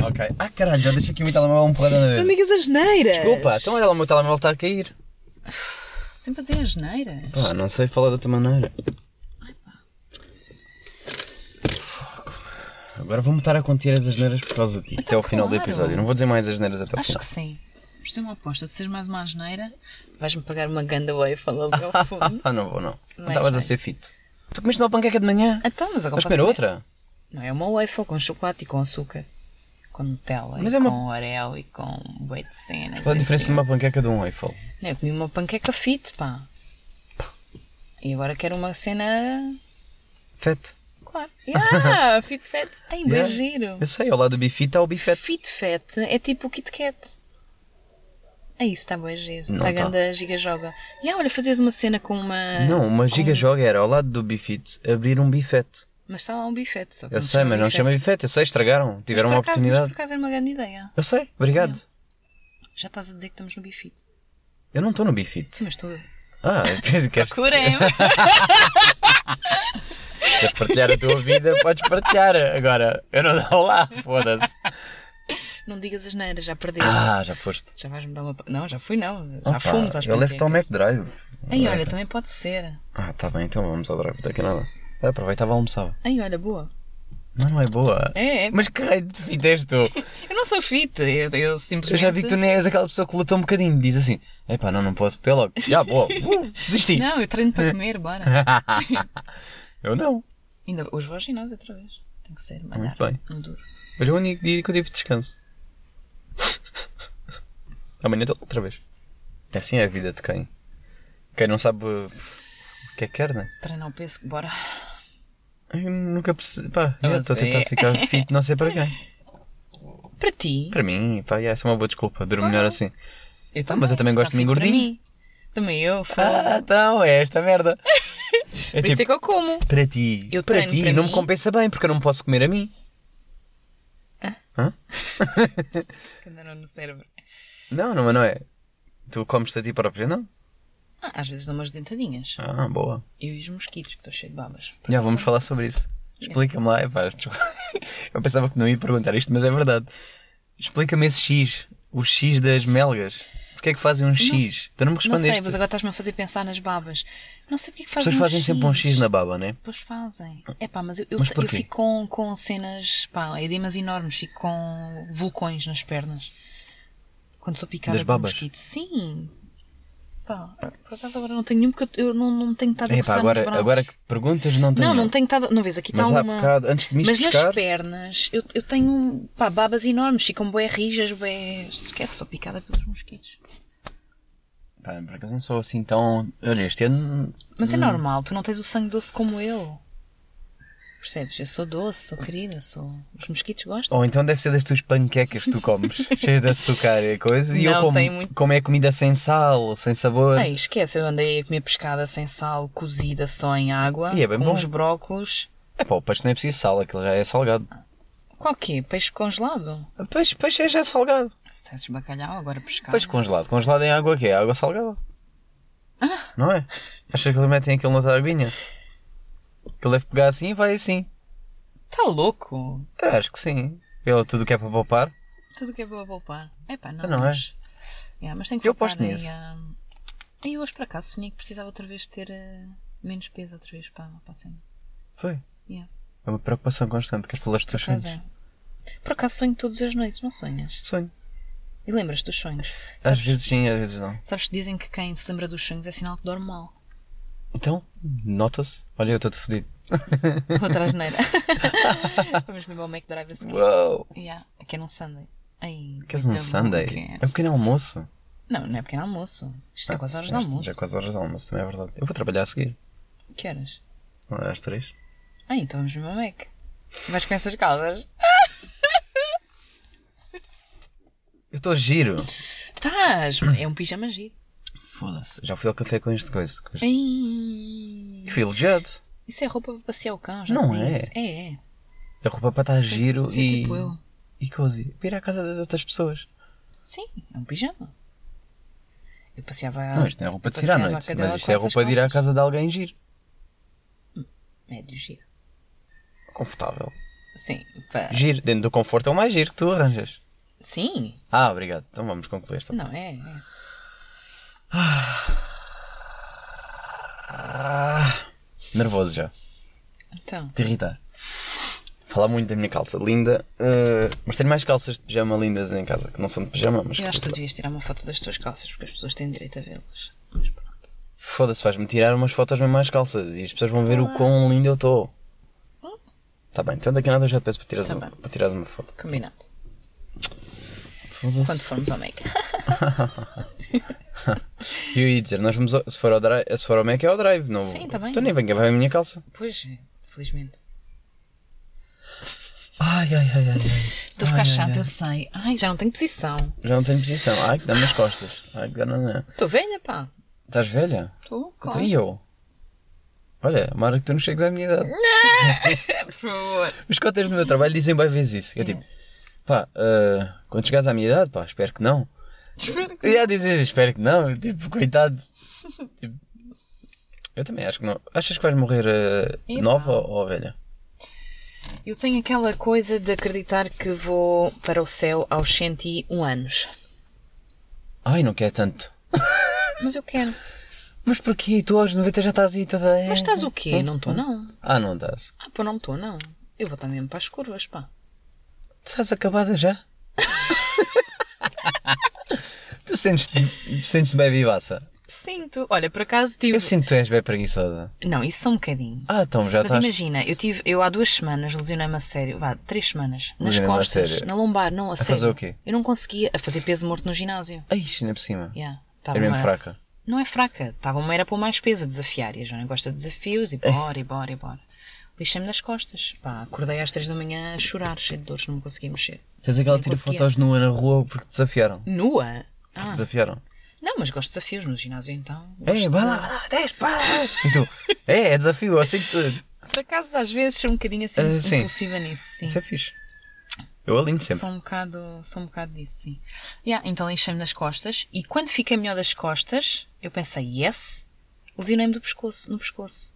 Ok. Ah, caralho, já deixei aqui o meu telemóvel um porrada na vez. digas as neiras! Desculpa, então olha lá, o meu telemóvel está a cair. Sempre a dizer asneiras. Pá, Ah, não sei falar de outra maneira. Fogo. Agora vou-me estar a conter as asneiras por causa de ti, até ao final do Então claro. episódio. Não vou dizer mais asneiras até ao Acho final. que sim. Por ser uma aposta, se seres mais uma asneira, vais-me pagar uma ganda wave falando ao fundo. Ah, não vou não. Não Mais estavas a bem. ser fit. Tu comeste uma panqueca de manhã? Então, mas agora Vais posso comer comer. outra? Não é uma waffle com chocolate e com açúcar. Com Nutella Mas e é uma- com Oreo e com bué de cena. Qual a diferença de uma panqueca de um waffle? Eu comi uma panqueca fit, pá. E agora quero uma cena... Fete. Claro. Yeah, fit fat. Ai, bem Yeah. giro. Eu sei, ao lado do bifita há Tipo, o bifete. Fit fat é tipo o Kit Kat. É isso, está bem giro. Não Está a tá. ganda giga joga. E ah, olha, fazias uma cena com uma... Não, uma com- um- giga joga era ao lado do bifite abrir um bifete. Mas está lá um bifete só. que Eu se sei, mas não bifete. chama bifete, eu sei, estragaram, Mas tiveram por uma acaso- Mas oportunidade. por acaso era uma grande ideia. Eu sei, obrigado. É. Já estás a dizer que estamos no bifite. Eu não estou no bifite. Sim, mas estou eu. Ah, queres Procurem-me. Queres partilhar a tua vida? Podes partilhar. Agora, eu não dou lá, foda-se. Não digas as neiras, já perdeste. Ah, já foste. Já vais me dar uma. pa- Não, já fui, não. Já Opa, fomos às Eu levo-te ao Mac panquecas. Drive. Ai, olha, tá- também pode ser. Ah, tá bem, então vamos ao Drive daqui a nada. Olha, Aproveitava e almoçava. Ai, olha, boa. Não, não é boa. É, é. Mas que raio de fita és tu? Eu não sou fit. Eu, eu Eu simplesmente. já vi que tu nem és aquela pessoa que luta um bocadinho. Diz assim: epá, não, não posso. Até logo. Já, boa. Uh, Desisti. Não, eu treino para comer, bora. eu não. Ainda hoje vou ao ginásio outra vez. Tem que ser, malhar. Muito bem. Um duro. Mas é o único dia que eu tive descanso. Amanhã estou outra vez. É assim é a vida de quem? Quem não sabe uh, o que é que quer, né? Treinar o peso, bora. Eu nunca percebi. Pá, Eu eu estou a sei. tentar ficar fit, não sei para quem. Para ti. Para mim, pá, yeah, essa é uma boa desculpa. Durmo melhor assim. Eu Ah, mas eu também gosto de mim fico para gordinho. mim. Também eu. Ah, então é esta merda. É Por isso tipo, é que eu como. para ti, Eu para treino ti, para não mim. me compensa bem porque eu não posso comer a mim. Andaram no cérebro. Não, não, mas não é. Tu comes-te a ti próprio, não? Ah, às vezes dou umas dentadinhas. Ah, boa. Eu e os mosquitos, que estou cheio de babas. Já vamos falar sobre isso. Explica-me lá, epá, desculpa. eu pensava que não ia perguntar isto, mas é verdade. Explica-me esse X, o X das melgas. Porquê é que fazem um X? Tu não me Não respondeste. sei, mas agora estás-me a fazer pensar nas babas. Não sei porque é que As fazem pessoas fazem sempre um X na baba, né? Pois fazem. É pá, mas eu, eu, Mas te- eu porquê? fico com, com cenas, pá, edemas enormes, fico com vulcões nas pernas. Quando sou picada Das por um babas? Ah. mosquito. Sim. Pá, por acaso agora não tenho nenhum porque eu, eu não, não tenho estado a Epá, coçar nos agora, braços. agora que perguntas não tenho. Não, não tenho estado. Não vês, aqui está Mas há uma. bocado, antes de me Mas pescar, nas pernas eu, eu tenho pá, babas enormes, ficam bué rijas, bué. Esquece, sou picada pelos mosquitos. pá, por acaso não sou assim tão. Olha, este ano. Mas é normal, tu não tens o sangue doce como eu. Percebes? Eu sou doce, sou querida, sou. Os mosquitos gostam. Ou então deve ser das tuas panquecas que tu comes, cheias de açúcar e coisa. E Não, eu como, tem muito- como é comida sem sal, sem sabor. Ei, esquece, eu andei a comer pescada sem sal, cozida só em água, E é bem com bom. uns brócolos. É pá, o peixe não é preciso sal, aquilo já é salgado. Qual que é? Peixe congelado? Peixe, peixe já é salgado. Se tivesses bacalhau, agora pescado. Peixe congelado. Congelado em água que é água salgada. Ah. Não é? Achas que eles metem aquilo na aguinha? Que ele deve pegar assim e vai assim. Tá louco? Eu acho que sim. Ele tudo que é para poupar. Tudo que é boa poupar. É pá, não, Ah, não é? mas... É, mas tem que Eu poupar aposto aí, nisso. ah, E hoje, por acaso, sonhei que precisava outra vez ter ah, menos peso outra vez para, para a cena. Foi. Yeah. É uma preocupação constante. Queres falar dos teus Por acaso, sonhos? é. Por acaso sonho todas as noites, não sonhas? Sonho. E lembras dos sonhos? Às Sabes, vezes sim, às vezes não. sabes que dizem que quem se lembra dos sonhos é sinal que dorme mal. Então, nota-se. Olha, eu estou fodido. Outra asneira. Vamos mesmo ao McDrive a seguir. Uou! Yeah, quero um Sunday. Ai, Queres um muito bom, Sunday? quero. É um pequeno almoço. Não, não é pequeno almoço. Isto é Ah, quase horas de já- almoço. Já é quase horas de almoço, também é verdade. Eu vou trabalhar a seguir. é Que horas? Às três. Ah, então vamos mesmo ao Mac. Vais com essas caldas? Eu estou giro. Estás! É um pijama giro. Foda-se. Já fui ao café com este coisa. Com este... Ei, E fui elogiado. Isso é roupa para passear o cão, já Não te é. disse. É, é. A roupa para estar giro Isso é e. tipo eu. E cozy. Para ir à casa das outras pessoas. Sim, é um pijama. Eu passeava. não, isto não é roupa de sair à passeava a noite. cadela Mas isto com é essas roupa de ir à calças. casa de alguém giro. Médio giro. Confortável. Sim, pá. Giro. Dentro do conforto é o mais giro que tu arranjas. Sim, Ah, obrigado. Então vamos concluir esta. não é. é. Ah, nervoso já. Então, Te irritar. Falar muito da minha calça linda. eh, mas tenho mais calças de pijama lindas em casa, que não são de pijama, mas. eu que- acho que tu devias tirar uma foto das tuas calças porque as pessoas têm direito a vê-las. Mas pronto. Foda-se, vais-me tirar umas fotos mesmo às calças e as pessoas vão ver o quão lindo eu estou. Tá bem, então daqui a nada eu já te peço para tirares, Hum? Tá uma, bem. para tirares uma foto. Combinado. Foda-se. Quando formos ao Mac. E eu ia dizer, nós vamos ao- se, for ao drive, se for ao Mac é ao drive, não Sim, tá bem. Então nem venha, vai a minha calça. Pois, felizmente. Ai, ai, ai, ai. Estou a ficar chata, eu sei. Ai, já não tenho posição. Já não tenho posição. Ai, que dá-me nas costas. Ai, que dá na- na. Estou velha, pá. Estás velha? Estou, Então e eu? Olha, Mara, que tu não chegas à minha idade. Por favor. Os cotas do meu trabalho dizem bem vezes isso. Eu Hum. tipo, pá, ah, quando chegares à minha idade, pá, espero que não. Espero que E a dizer, espero que não, tipo, coitado. Tipo, Eu também acho que não. Achas que vais morrer eh, Epá. nova ou velha? Eu tenho aquela coisa de acreditar que vou para o céu aos 101 anos. Ai, não quer tanto. Mas eu quero. Mas porquê? Tu aos 90 já estás aí toda. eh, Mas estás o quê? Não estou, não. Ah, não estás. Ah, pô, não estou, não. Eu vou estar mesmo para as curvas, pá. Tu estás acabada já? tu sentes-te sentes bem vivaça. Sinto. Olha, por acaso tive. Eu sinto que tu és bem preguiçosa. Não, isso só um bocadinho. Ah, então já Mas estás. imagina, eu tive, eu há duas semanas lesionei-me a sério, vá, três semanas, nas Lesionei-me a costas, sério. na lombar, não, a, sério. fazer o quê? Eu não conseguia, a fazer peso morto no ginásio. Ai, isto ainda por cima. Yeah, É tava mesmo uma- fraca. Não é fraca, estava uma era pôr mais peso a desafiar e a Joana gosta de desafios É. e bora, e bora, e bora. Lixei-me nas costas, pá, acordei às três da manhã a chorar, cheio de dores, não me conseguia mexer. Tens aquela Nem tira conseguia. fotos nua na rua porque te desafiaram. Nua? Ah, Desafiaram. não, mas gosto de desafios no ginásio então. Ei, Gosto É, vai de- lá, vai lá, 10, pá! E tu, é, é desafio, eu aceito tudo. Por acaso, às vezes, sou um bocadinho assim, Ah, sim. impulsiva nisso, sim. Isso é fixe. Eu alinho sempre. Sou um bocado, sou um bocado disso, sim. Yeah, então enchei-me nas costas e quando fiquei melhor das costas, eu pensei, yes, lesionei-me do pescoço, no pescoço.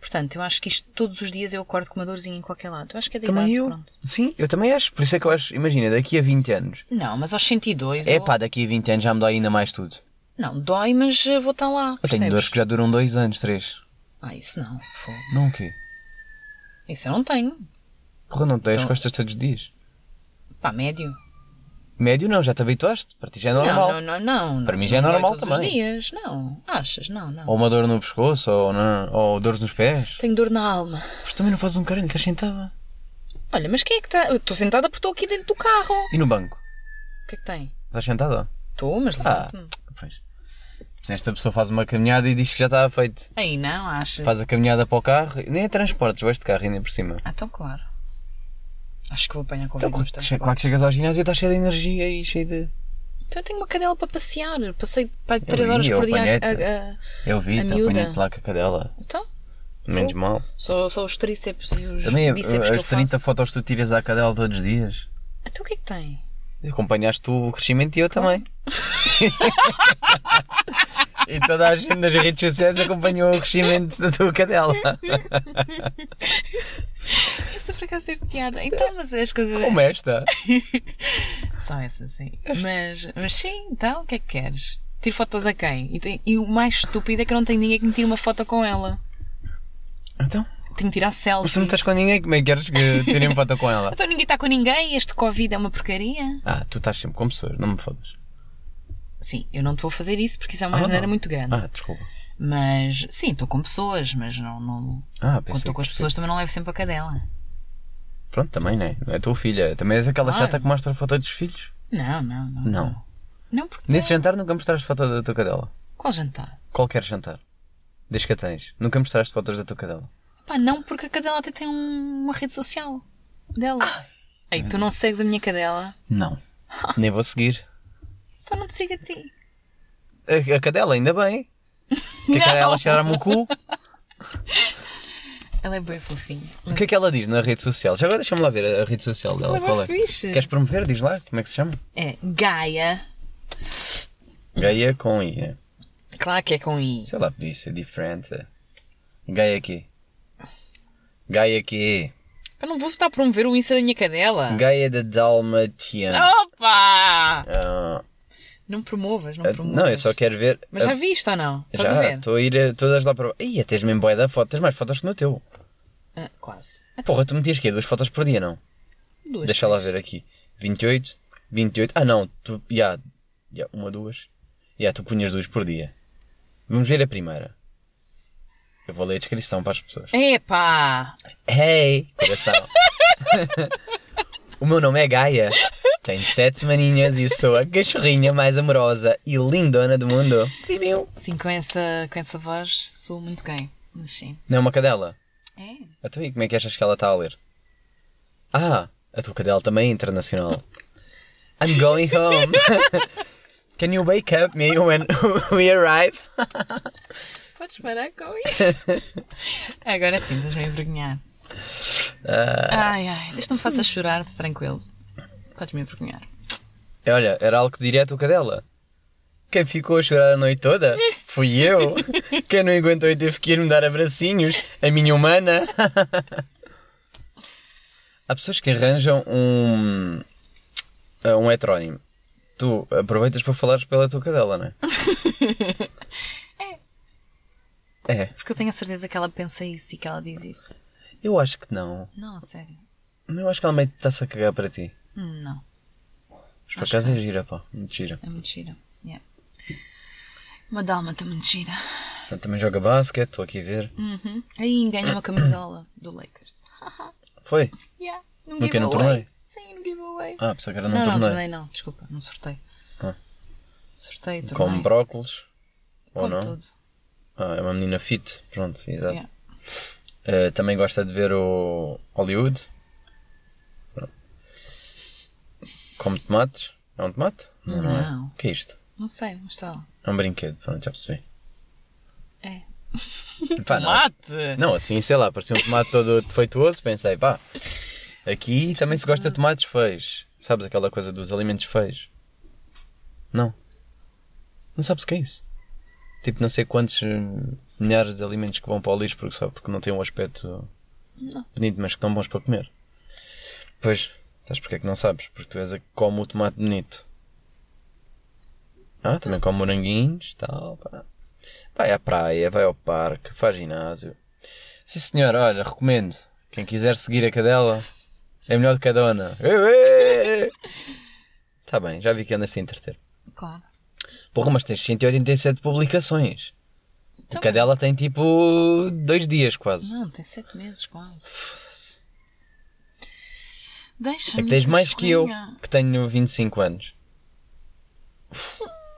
Portanto, eu acho que isto todos os dias eu acordo com uma dorzinha em qualquer lado. Eu acho que é da Também idade, eu. pronto. Sim, eu também acho. Por isso é que eu acho, imagina, daqui a 20 anos. Não, mas aos 102. É eu- pá, daqui a 20 anos já me dói ainda mais tudo. Não, dói, mas eh, vou estar lá. Eu tenho percebes? dores que já duram 2 anos, 3. Ah, isso não. fogo. Não o quê? Isso eu não tenho. Porra, não te dei as Então- costas todos os dias. Pá, médio. Médio não, já te habituaste. Para ti já é normal. Não, não, não, não. Para mim não já é dói normal todos também. Oh. Os dias, não. Achas? Não, não. Ou uma dor no pescoço, ou, na, ou dores nos pés. Tenho dor na alma. Mas também não fazes um caralho, estás sentada. Olha, mas quem é que está? Eu estou sentada porque estou aqui dentro do carro. E no banco? O que é que tem? Estás sentada? Estou, mas Ah, levanto-me. pois. Se esta pessoa faz uma caminhada e diz que já está feito. Aí não, achas? Faz a caminhada para o carro, nem é transportes, vais de carro ainda por cima. Ah, então claro. Acho que vou apanhar com Então, então, claro, que che- claro que chegas ao ginásio e estás cheio de energia e cheio de. então eu tenho uma cadela para passear. Passei 3 ia, horas por eu dia. a- apanhei-te. a- a- Eu vi, A te miúda. apanhei-te lá com a cadela. Então, Menos Fogo. mal. só, só os tríceps e os Também bíceps eh, que as eu 30 faço. fotos que tu tiras à cadela todos os dias. Então o que é que tem? Acompanhaste tu o crescimento e eu também. e toda a gente nas redes sociais acompanhou o crescimento da tua cadela. Essa por acaso teve piada. Então, mas as coisas. Como é? esta? Só essa, sim. Mas, mas sim, então, o que é que queres? Tiro fotos a quem? E, tem- e o mais estúpido é que eu não tenho ninguém que me tire uma foto com ela. Então, Tenho que tirar mas selfies. tu não estás com ninguém, como é que queres que tirem foto com ela? Então ninguém está com ninguém, este Covid é uma porcaria. Ah, tu estás sempre com pessoas, não me fodas. Sim, eu não te vou fazer isso porque isso é uma Ah, janeira não. muito grande. Ah, desculpa. Mas sim, estou com pessoas, mas não, não- Ah, quando pensei. estou com as que- pessoas também não levo sempre a cadela. Pronto, também não é. Não é tua filha. Também és aquela Claro. Hum. chata que mostra foto dos filhos? Não, não, não. Não. Não, porque Hum. Nesse jantar nunca mostraste foto da tua cadela. qual jantar? Qualquer jantar. Desde que a tens. Nunca mostraste fotos da tua cadela. Pá, não, porque a cadela até tem um- uma rede social dela. Ah! Ei, tu não segues a minha cadela, Não. Nem vou seguir. então não te sigo a ti. A, a cadela, ainda bem. Que é que Não. ela cheirar-me o cu. Ela é bem fofinha. O que é que ela diz na rede social? Já agora deixa-me lá ver a rede social dela. Ela Qual é é? bem fixe. Queres promover? Diz lá. Como é que se chama? É Gaia. Gaia com I. né? Claro que é com I. Sei lá, podia ser diferente. Gaia aqui. Gaia aqui. Eu não vou estar a promover o Insta da minha cadela. Gaia da Ah! Dalmatiana. Opa! Ah, Não promovas, não ah, promovas. não, eu só quero ver. Mas já ah, viste ou não? Estás a já, ver? estou a ir a todas lá para. Ih, tens mesmo boia da foto. Tens mais fotos que no teu. Ah, quase. Porra, tu metias quê? Duas fotos por dia, não? Duas. Deixa lá ver aqui. 28, 28. Ah, não, tu. Já. já, uma, duas. Já, tu punhas duas por dia. Vamos ver a primeira. Eu vou ler a descrição para as pessoas. Epá! Hey! Coração. o meu nome é Gaia. Tenho sete semaninhas e sou a cachorrinha mais amorosa e lindona do mundo. Sim, com essa, com essa voz sou muito gay. Mas sim. Não é uma cadela? É? Então e como é que achas que ela está a ler? Ah, a tua cadela também é internacional. I'm going home. Can you wake up me when we arrive? Podes parar com isso? Agora sim, estás-me a envergonhar. Ah. Ai, ai, deixa não me faças chorar, estou tranquilo. Podes-me envergonhar. É, Olha, era algo que diria a tua cadela. Quem ficou a chorar a noite toda fui eu. Quem não aguentou e teve que ir me dar abracinhos. A minha humana. Há pessoas que arranjam um. eh, um heterónimo. Tu aproveitas para falares pela tua cadela, não é? É. É. Porque eu tenho a certeza que ela pensa isso e que ela diz isso. Eu acho que não. Não, sério. Eu acho que ela meio que está-se a cagar para ti. Hum, Não, Mas por acaso é gira, pá. Muito gira. é mentira. Yeah. Uma tá dálmata mentira. Portanto, Também joga basquete, estou aqui a ver. Uhum. Aí ganha uma camisola do Lakers. Foi? yeah, num No quê? Num torneio? giveaway. Sim, no giveaway. Ah, pensava que era não, num não, torneio. torneio não, desculpa, não sorteio. Ah. Sorteio, torneio. Como brócolis. ou Como não? tudo. Ah, é uma menina fit, pronto, exato. Yeah. Eh, também gosta de ver o Hollywood. Pronto. Come tomates. É um tomate? Não. é. O que é isto? Não sei, mas está lá. É um brinquedo, pronto, já percebi. É. Pá, não, Tomate! não, assim, sei lá, parecia um tomate todo defeituoso, pensei, pá, aqui também se gosta de tomates feios. Sabes aquela coisa dos alimentos feios? Não. Não sabes o que é isso? Tipo, não sei quantos hum, milhares de alimentos que vão para o lixo porque, só porque não têm um aspecto bonito, mas que estão bons para comer. Pois, sabes porque é que não sabes? Porque tu és a que come o tomate bonito. Ah, também come moranguinhos, tal, pá. Vai à praia, vai ao parque, faz ginásio. Sim senhor, olha, recomendo. Quem quiser seguir a cadela, é melhor do que a dona. Está bem, já vi que andas-te a entreter. Claro. Porra, mas tens 187 publicações. Então- a cadela tem tipo dois dias quase. Não, tem sete meses quase. Deixa-me. É que tens mais que eu, coxinha. que tenho 25 anos.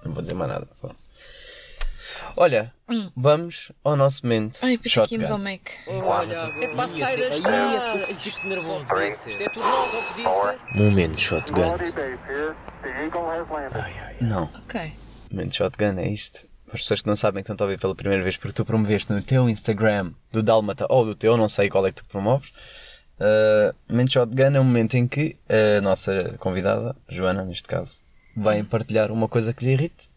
Não vou dizer mais nada. pá. Olha, Hum. vamos ao nosso momento. Ai, eu pensei que íamos ao Mac. É para sair da estrada. Isto nervoso. Isto é tudo novo, ao que disse. Momento shotgun. Quality base here. The Eagle has landed. Não, Ok. momento shotgun é isto. Para as pessoas que não sabem que estão a ouvir pela primeira vez, porque tu promoveste no teu Instagram do Dálmata ou do teu, não sei qual é que tu promoves. Uh, momento shotgun é um momento em que a nossa convidada, Joana, neste caso, vai partilhar uma coisa que lhe irrite.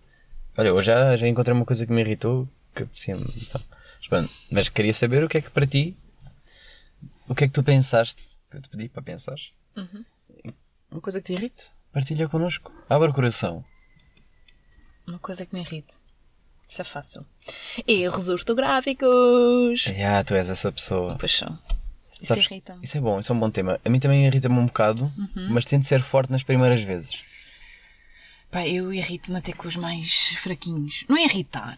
Olha, eu já, já encontrei uma coisa que me irritou, que apetecia-me. Então, mas pronto, mas queria saber o que é que para ti, o que é que tu pensaste, que eu te pedi para pensar. Uma coisa que te irrite, partilha connosco. Abre o coração. Uma coisa que me irrita. Isso é fácil. Erros ortográficos. Ah, tu és essa pessoa. Pois são. Isso Sabes, irrita-me. Isso é bom, isso é um bom tema. A mim também irrita-me um bocado, Uhum. mas tento ser forte nas primeiras vezes. Pá, eu irrito-me até com os mais fraquinhos. Não é irritar.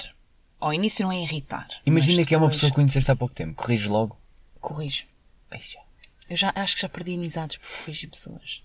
Ao início não é irritar. Imagina mas que é uma depois pessoa que conheceste há pouco tempo, corriges logo. Corrijo. Ai, já. Eu já acho que já perdi amizades por corrigir pessoas.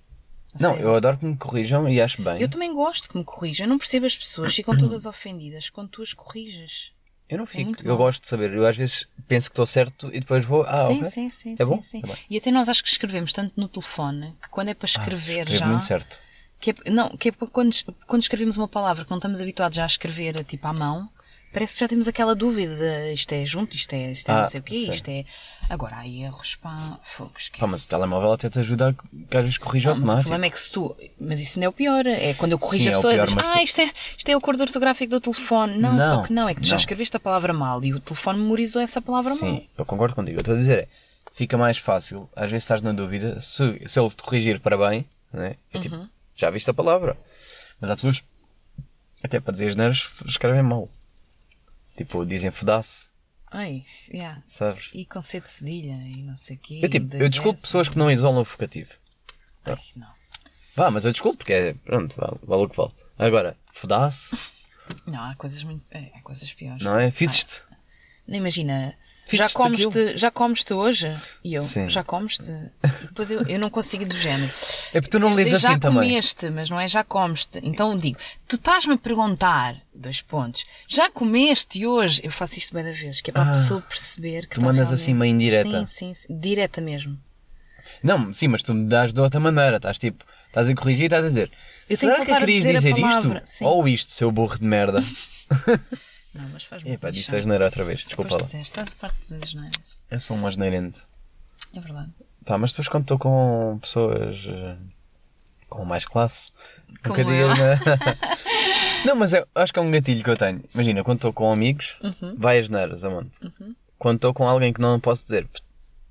A Não, sério. eu adoro que me corrijam e acho bem. Eu, Eu também gosto que me corrijam. Eu não percebo as pessoas, ficam todas ofendidas quando tu as corrijas. não fico, muito eu bom. gosto de saber. Eu às vezes penso que estou certo e depois vou. Ah, sim, ok. sim, sim, É sim, bom? sim. É bom. E até nós acho que escrevemos tanto no telefone que quando é para Ah, escrever escrevo já. muito certo. Que é- não, que é para quando, es- quando escrevemos uma palavra que não estamos habituados já a escrever tipo à mão, parece que já temos aquela dúvida de isto é junto, isto é, isto é Ah, não sei o quê, sim. isto é. Agora há erros, pá, fogo, esquece. Pá, mas o telemóvel até te ajuda a que às vezes corrija Não, mas o automático. problema é que se tu. Mas isso não é o pior. É quando eu corrijo Sim, a é o pessoa e pior, diz, mas tu- ah, isto é, isto é o acordo ortográfico do telefone. Não, Não, só que não, é que tu já não. escreveste a palavra mal e o telefone memorizou essa palavra mal. Sim, eu concordo contigo. Eu estou a dizer, é, fica mais fácil, às vezes estás na dúvida, se, se ele te corrigir para bem, né? é tipo, Uhum. já viste a palavra. Mas há pessoas, até para dizer as neiras, escrevem mal. Tipo, dizem fodasse, Ai, yeah. sabes? E com C de cedilha e não sei o quê. Eu, tipo, eu desculpo pessoas que não isolam o vocativo. Ai, não. Vá, mas eu desculpo porque é, pronto, vale, vale o que vale. Agora, fodasse, Não, há coisas muito. é, Há coisas piores. não é? Fizeste. Não imagina. Já Fizeste comeste, já comeste hoje? E eu, Sim. já comeste? E depois eu, eu não consigo do género. É porque tu não Quer lês dizer, assim já também. comeste, mas não é já comeste. Então eu digo, tu estás-me a perguntar, dois pontos, já comeste hoje? Eu faço isto bem da vez, que é para Ah, a pessoa perceber que tu tá mandas assim meio indireta. Sim, sim, sim, direta mesmo. Não, sim, mas tu me dás de outra maneira. Estás tipo, estás a corrigir e estás a dizer. Eu tenho Será que que, voltar a querias dizer a dizer, palavra, isto? sim. Ou isto, seu burro de merda? Não, mas faz muito Epá, disse lixar. asneira outra vez, desculpa Depois lá. disseste, estás a parte das asneiras. Eu sou um asneirente. É verdade. Pá, mas depois quando estou com pessoas eh, com mais classe, Como nunca digas eu. na- Não, mas eu acho que é um gatilho que eu tenho. Imagina, quando estou com amigos, vai às neiras, amante. Quando estou com alguém que não posso dizer,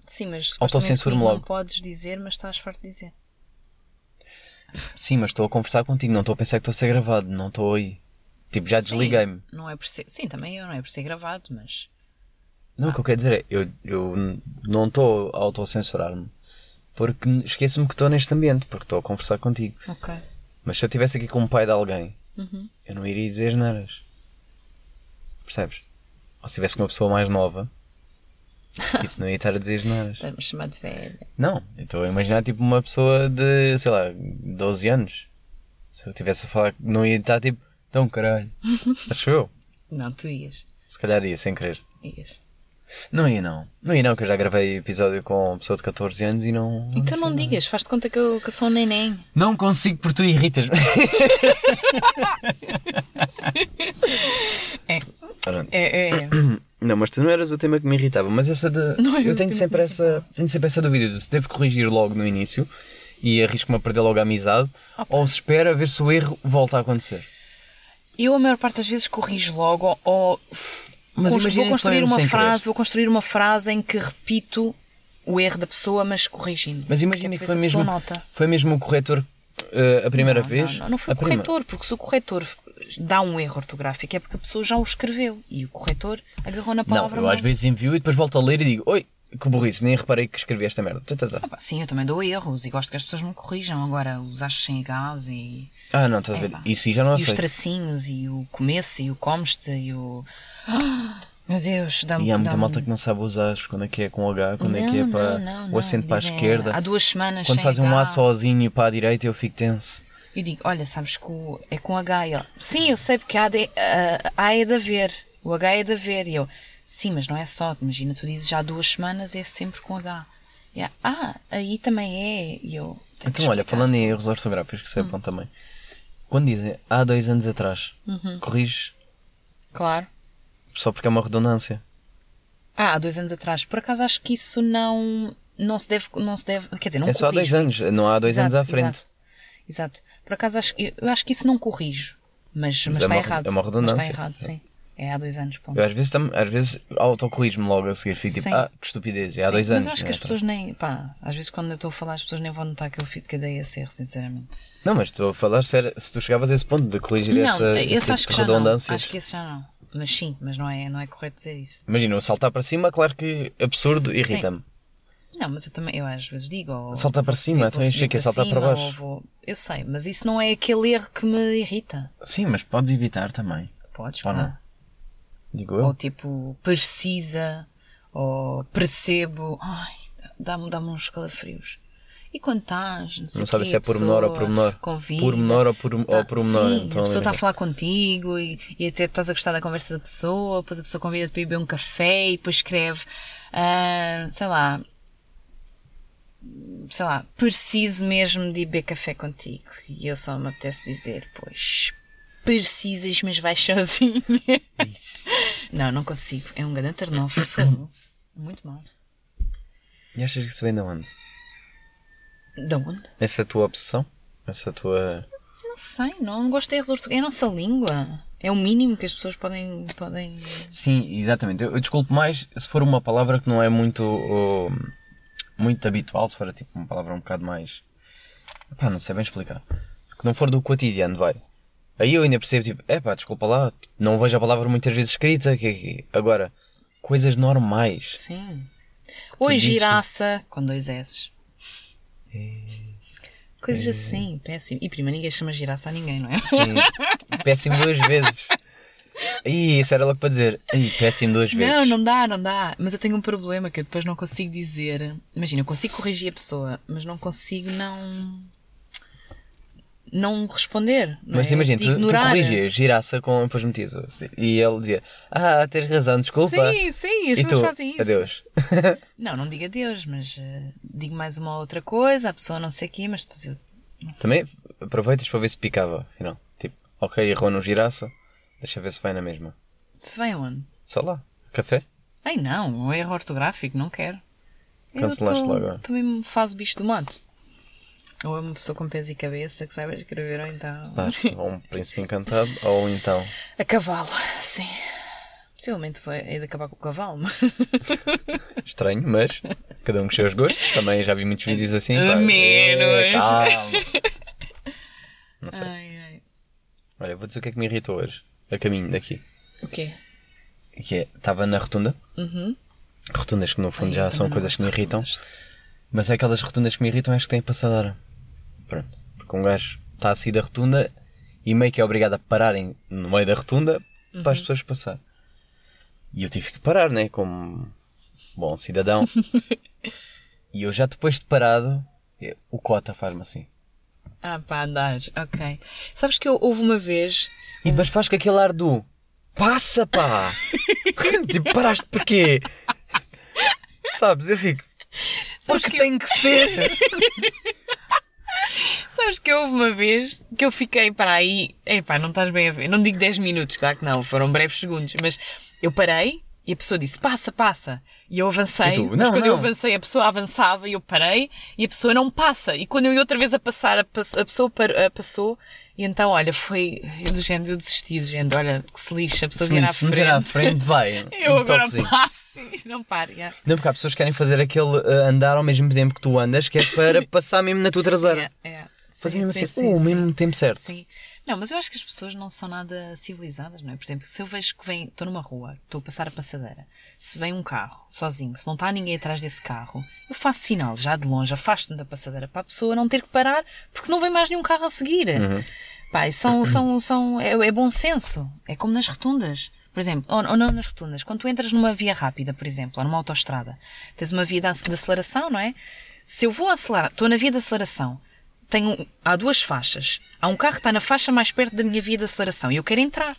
Sim, mas supostamente Autocensuro-me comigo não logo. podes dizer, mas estás farto de dizer. sim, mas estou a conversar contigo, não estou a pensar que estou a ser gravado, não estou aí. Tipo, já Sim, desliguei-me. Não é por ser... Sim, também eu, não é por ser gravado, mas... Não, o que eu quero dizer é, eu, eu n- não estou a autocensurar-me. Porque n- esqueço-me que estou neste ambiente, porque estou a conversar contigo. Ok. Mas se eu estivesse aqui com o pai de alguém, Uhum. eu não iria dizer neiras. Percebes? Ou se tivesse com uma pessoa mais nova, tipo, não ia estar a dizer neiras. Estás-me a chamar de velha. Não, eu estou a imaginar tipo uma pessoa de, sei lá, 12 anos. Se eu estivesse a falar, não ia estar tipo, tão caralho. Acho eu. Não, tu ias. Se calhar ia, sem querer. Ias. Não ia não. Não ia não, que eu já gravei episódio com uma pessoa de 14 anos e não. Então não sei. digas, faz-te conta que eu, que eu sou um neném. Não consigo porque tu irritas-me. É. Ora, É, é. Não, mas tu não eras o tema que me irritava, mas essa de. Não era eu o tema tenho sempre, essa, tenho sempre essa dúvida de se devo corrigir logo no início e arrisco-me a perder logo a amizade ou se espera a ver se o erro volta a acontecer. Eu, a maior parte das vezes, corrijo logo ou Mas cons- imagina vou que construir foi uma sem frase, querer. vou construir uma frase em que repito o erro da pessoa, mas corrigindo. Mas imagina Que que é foi para ver se a mesmo, pessoa nota. foi mesmo o corretor eh, a primeira não, vez. Não, não, não a foi o corretor, porque se o corretor dá um erro ortográfico é porque a pessoa já o escreveu e o corretor agarrou na Não, palavra. eu mal. às vezes envio e depois volto a ler e digo: Oi, que burrice, nem reparei que escrevi esta merda. Tá, tá, tá. Ah, pá, Sim, eu também dou erros e gosto que as pessoas me corrijam. Agora, os achos sem gás e, Ah, não, estás a ver? Epá. Isso aí já não e os aceito. tracinhos e o comece e o comeste e o. Ah, meu Deus, dá-me. E há muita dá-me- malta que não sabe usar quando é que é com H, quando é que é Não, para não, não, o acento não, para a dizem, esquerda. Há duas semanas. Quando sem fazem um H. A sozinho para a direita eu fico tenso. Eu digo, olha, sabes que o- é com H. E ele, sim, eu sei porque a, de, a- a é de haver, o H é de haver. E eu, sim, mas não é só. Imagina, tu dizes já há duas semanas é sempre com H. E ela, ah, aí também é. E eu, tenho que Hum. Então, olha, explicar. falando em erros ortográficos, que isso é bom também. Quando dizem há dois anos atrás, Uhum. corriges Claro. só porque é uma redundância. Ah, há dois anos atrás. Por acaso acho que isso não, não, se, deve, não se deve. Quer dizer, não é só há dois corrijo anos, isso. não há dois Exato, anos à frente. Exato. exato. Por acaso acho, eu, eu acho que isso não corrijo. Mas, mas, é está uma- errado. é uma redundância. Mas está errado, sim. É há dois anos, ponto. Eu às vezes, tam, às vezes autocorrijo-me logo a seguir, fico tipo, Sim. ah, que estupidez, é há Sim, dois anos. Mas eu acho que né? as pessoas nem. Pá, às vezes quando eu estou a falar, as pessoas nem vão notar que eu fui de cadeia esse erro, sinceramente. Não, mas estou a falar sério, se tu chegavas a esse ponto de corrigir não, essa, tipo esse essa acho que já não. redundância. Acho que esse já não. Mas sim, mas não é, não é correto dizer isso. Imagina, eu saltar para cima, claro que absurdo, irrita-me. Não, mas eu também. Eu às vezes digo. Ou, Saltar para eu cima, vou então eu subir achei que é saltar cima, para ou baixo. vou- eu sei, mas isso não é aquele erro que me irrita. Sim, mas podes evitar também. Podes, Ou claro. não. Digo eu. Ou tipo, precisa, ou percebo. Ai, dá-me dá uns calafrios. E quando estás, não sei Não sabem quê, se é a pormenor ou pessoa pormenor. Convida, Pormenor ou, por, Tá, ou pormenor. Sim, então, a pessoa está a é. falar contigo e, e até estás a gostar da conversa da pessoa, depois a pessoa convida-te para ir beber um café e depois escreve, ah, sei lá, sei lá, preciso mesmo de ir beber café contigo. E eu só me apetece dizer, pois, precisas, mas vais sozinho. não, não consigo. É um grande turnoff. fogo. Muito mal. E achas que isso vem de onde? De onde? Essa tua obsessão? Essa tua. Não sei, não, não gosto de erros ortográficos. É a nossa língua. É o mínimo que as pessoas podem. podem... Sim, exatamente. Eu, eu desculpo mais se for uma palavra que não é muito. oh, muito habitual, se for tipo uma palavra um bocado mais. Pá, não sei bem explicar. Que não for do cotidiano, vai. Aí eu ainda percebo, tipo, é pá, desculpa lá, não vejo a palavra muitas vezes escrita. Que, que- Agora, coisas normais. Sim. Ou em disse. giraça, com dois S. É. Coisas assim, péssimo. E prima, ninguém chama giraça a ninguém, não é? Sim, péssimo duas vezes. Ih, isso era logo para dizer. Ih, péssimo duas vezes. Não, não dá, não dá. Mas eu tenho um problema que eu depois não consigo dizer. Imagina, eu consigo corrigir a pessoa, mas não consigo não. não responder. não Mas é? imagina, De tu, tu ignorar. corrigias giraça com depois metias o- e ele dizia Ah, tens razão, desculpa. Sim, sim, as e tu, pessoas fazem isso. adeus. Não, não digo adeus, mas eh, digo mais uma outra coisa, a pessoa não sei o quê, mas depois eu. Não sei. Também aproveitas para ver se picava, afinal. Tipo, ok, errou no giraça, deixa ver se vai na mesma. Se vai aonde? Só lá, café. Ai não, um erro ortográfico, não quero. Cancelaste logo. Também me faz bicho do mato. Ou é uma pessoa com pés e cabeça que saiba escrever, ou então. Claro, ou um príncipe encantado, ou então. A cavalo, sim. Possivelmente foi é de acabar com o cavalo, mas. Estranho, mas cada um com os seus gostos. Também já vi muitos vídeos assim. A claro. menos. É, calma. Não sei. Ai, ai. Olha, vou dizer o que é que me irritou hoje, a caminho daqui. O quê? Que é, estava na rotunda. Uhum. Rotundas que no fundo Ai, eu já são também não coisas que me gosto de irritam. rotundas. Mas é aquelas rotundas que me irritam, acho que têm passadeira. Pronto. Porque um gajo está a sair da rotunda e meio que é obrigado a pararem no meio da rotunda para Uhum. as pessoas passar. E eu tive que parar, né? Como bom cidadão. e eu já depois de parado, eu- o cota faz-me assim. Ah, para andar, ok. Sabes que eu houve uma vez. E, mas faz com aquele ar do passa, pá! tipo, paraste porquê? Sabes, eu fico. Sabes Porque que eu- tem que ser! Sabes que houve uma vez que eu fiquei para aí. Epá, não estás bem a ver. Não digo 10 minutos, claro que não, foram breves segundos, mas eu parei e a pessoa disse passa, passa. E eu avancei. E tu, mas "Não, quando eu não." avancei, a pessoa avançava e eu parei e a pessoa não passa. E quando eu ia outra vez a passar, a, pass- a pessoa par- a passou. E então, olha, foi do género, eu desisti do género, olha, que se lixa, a pessoa Se vier me à se meter à frente. frente, vai. Eu um agora toquezinho. passo e não paro. yeah. Não, porque há pessoas que querem fazer aquele eh, andar ao mesmo tempo que tu andas, que é para passar mesmo na tua traseira. Yeah, yeah. Fazer Sim, mesmo sim, assim, é, sim, uh, o sim. mesmo tempo certo. Sim. Não, mas eu acho que as pessoas não são nada civilizadas, não é? Por exemplo, se eu vejo que vem, estou numa rua, estou a passar a passadeira, se vem um carro sozinho, se não está ninguém atrás desse carro, eu faço sinal já de longe, afasto-me da passadeira para a pessoa não ter que parar porque não vem mais nenhum carro a seguir. Uhum. Pá, e são, são, são, é, é bom senso. É como nas rotundas. Por exemplo, ou, ou não nas rotundas, quando tu entras numa via rápida, por exemplo, ou numa autoestrada, tens uma via de ac- de aceleração, não é? Se eu vou acelerar, estou na via de aceleração, tenho, há duas faixas. Há um carro que está na faixa mais perto da minha via de aceleração e eu quero entrar.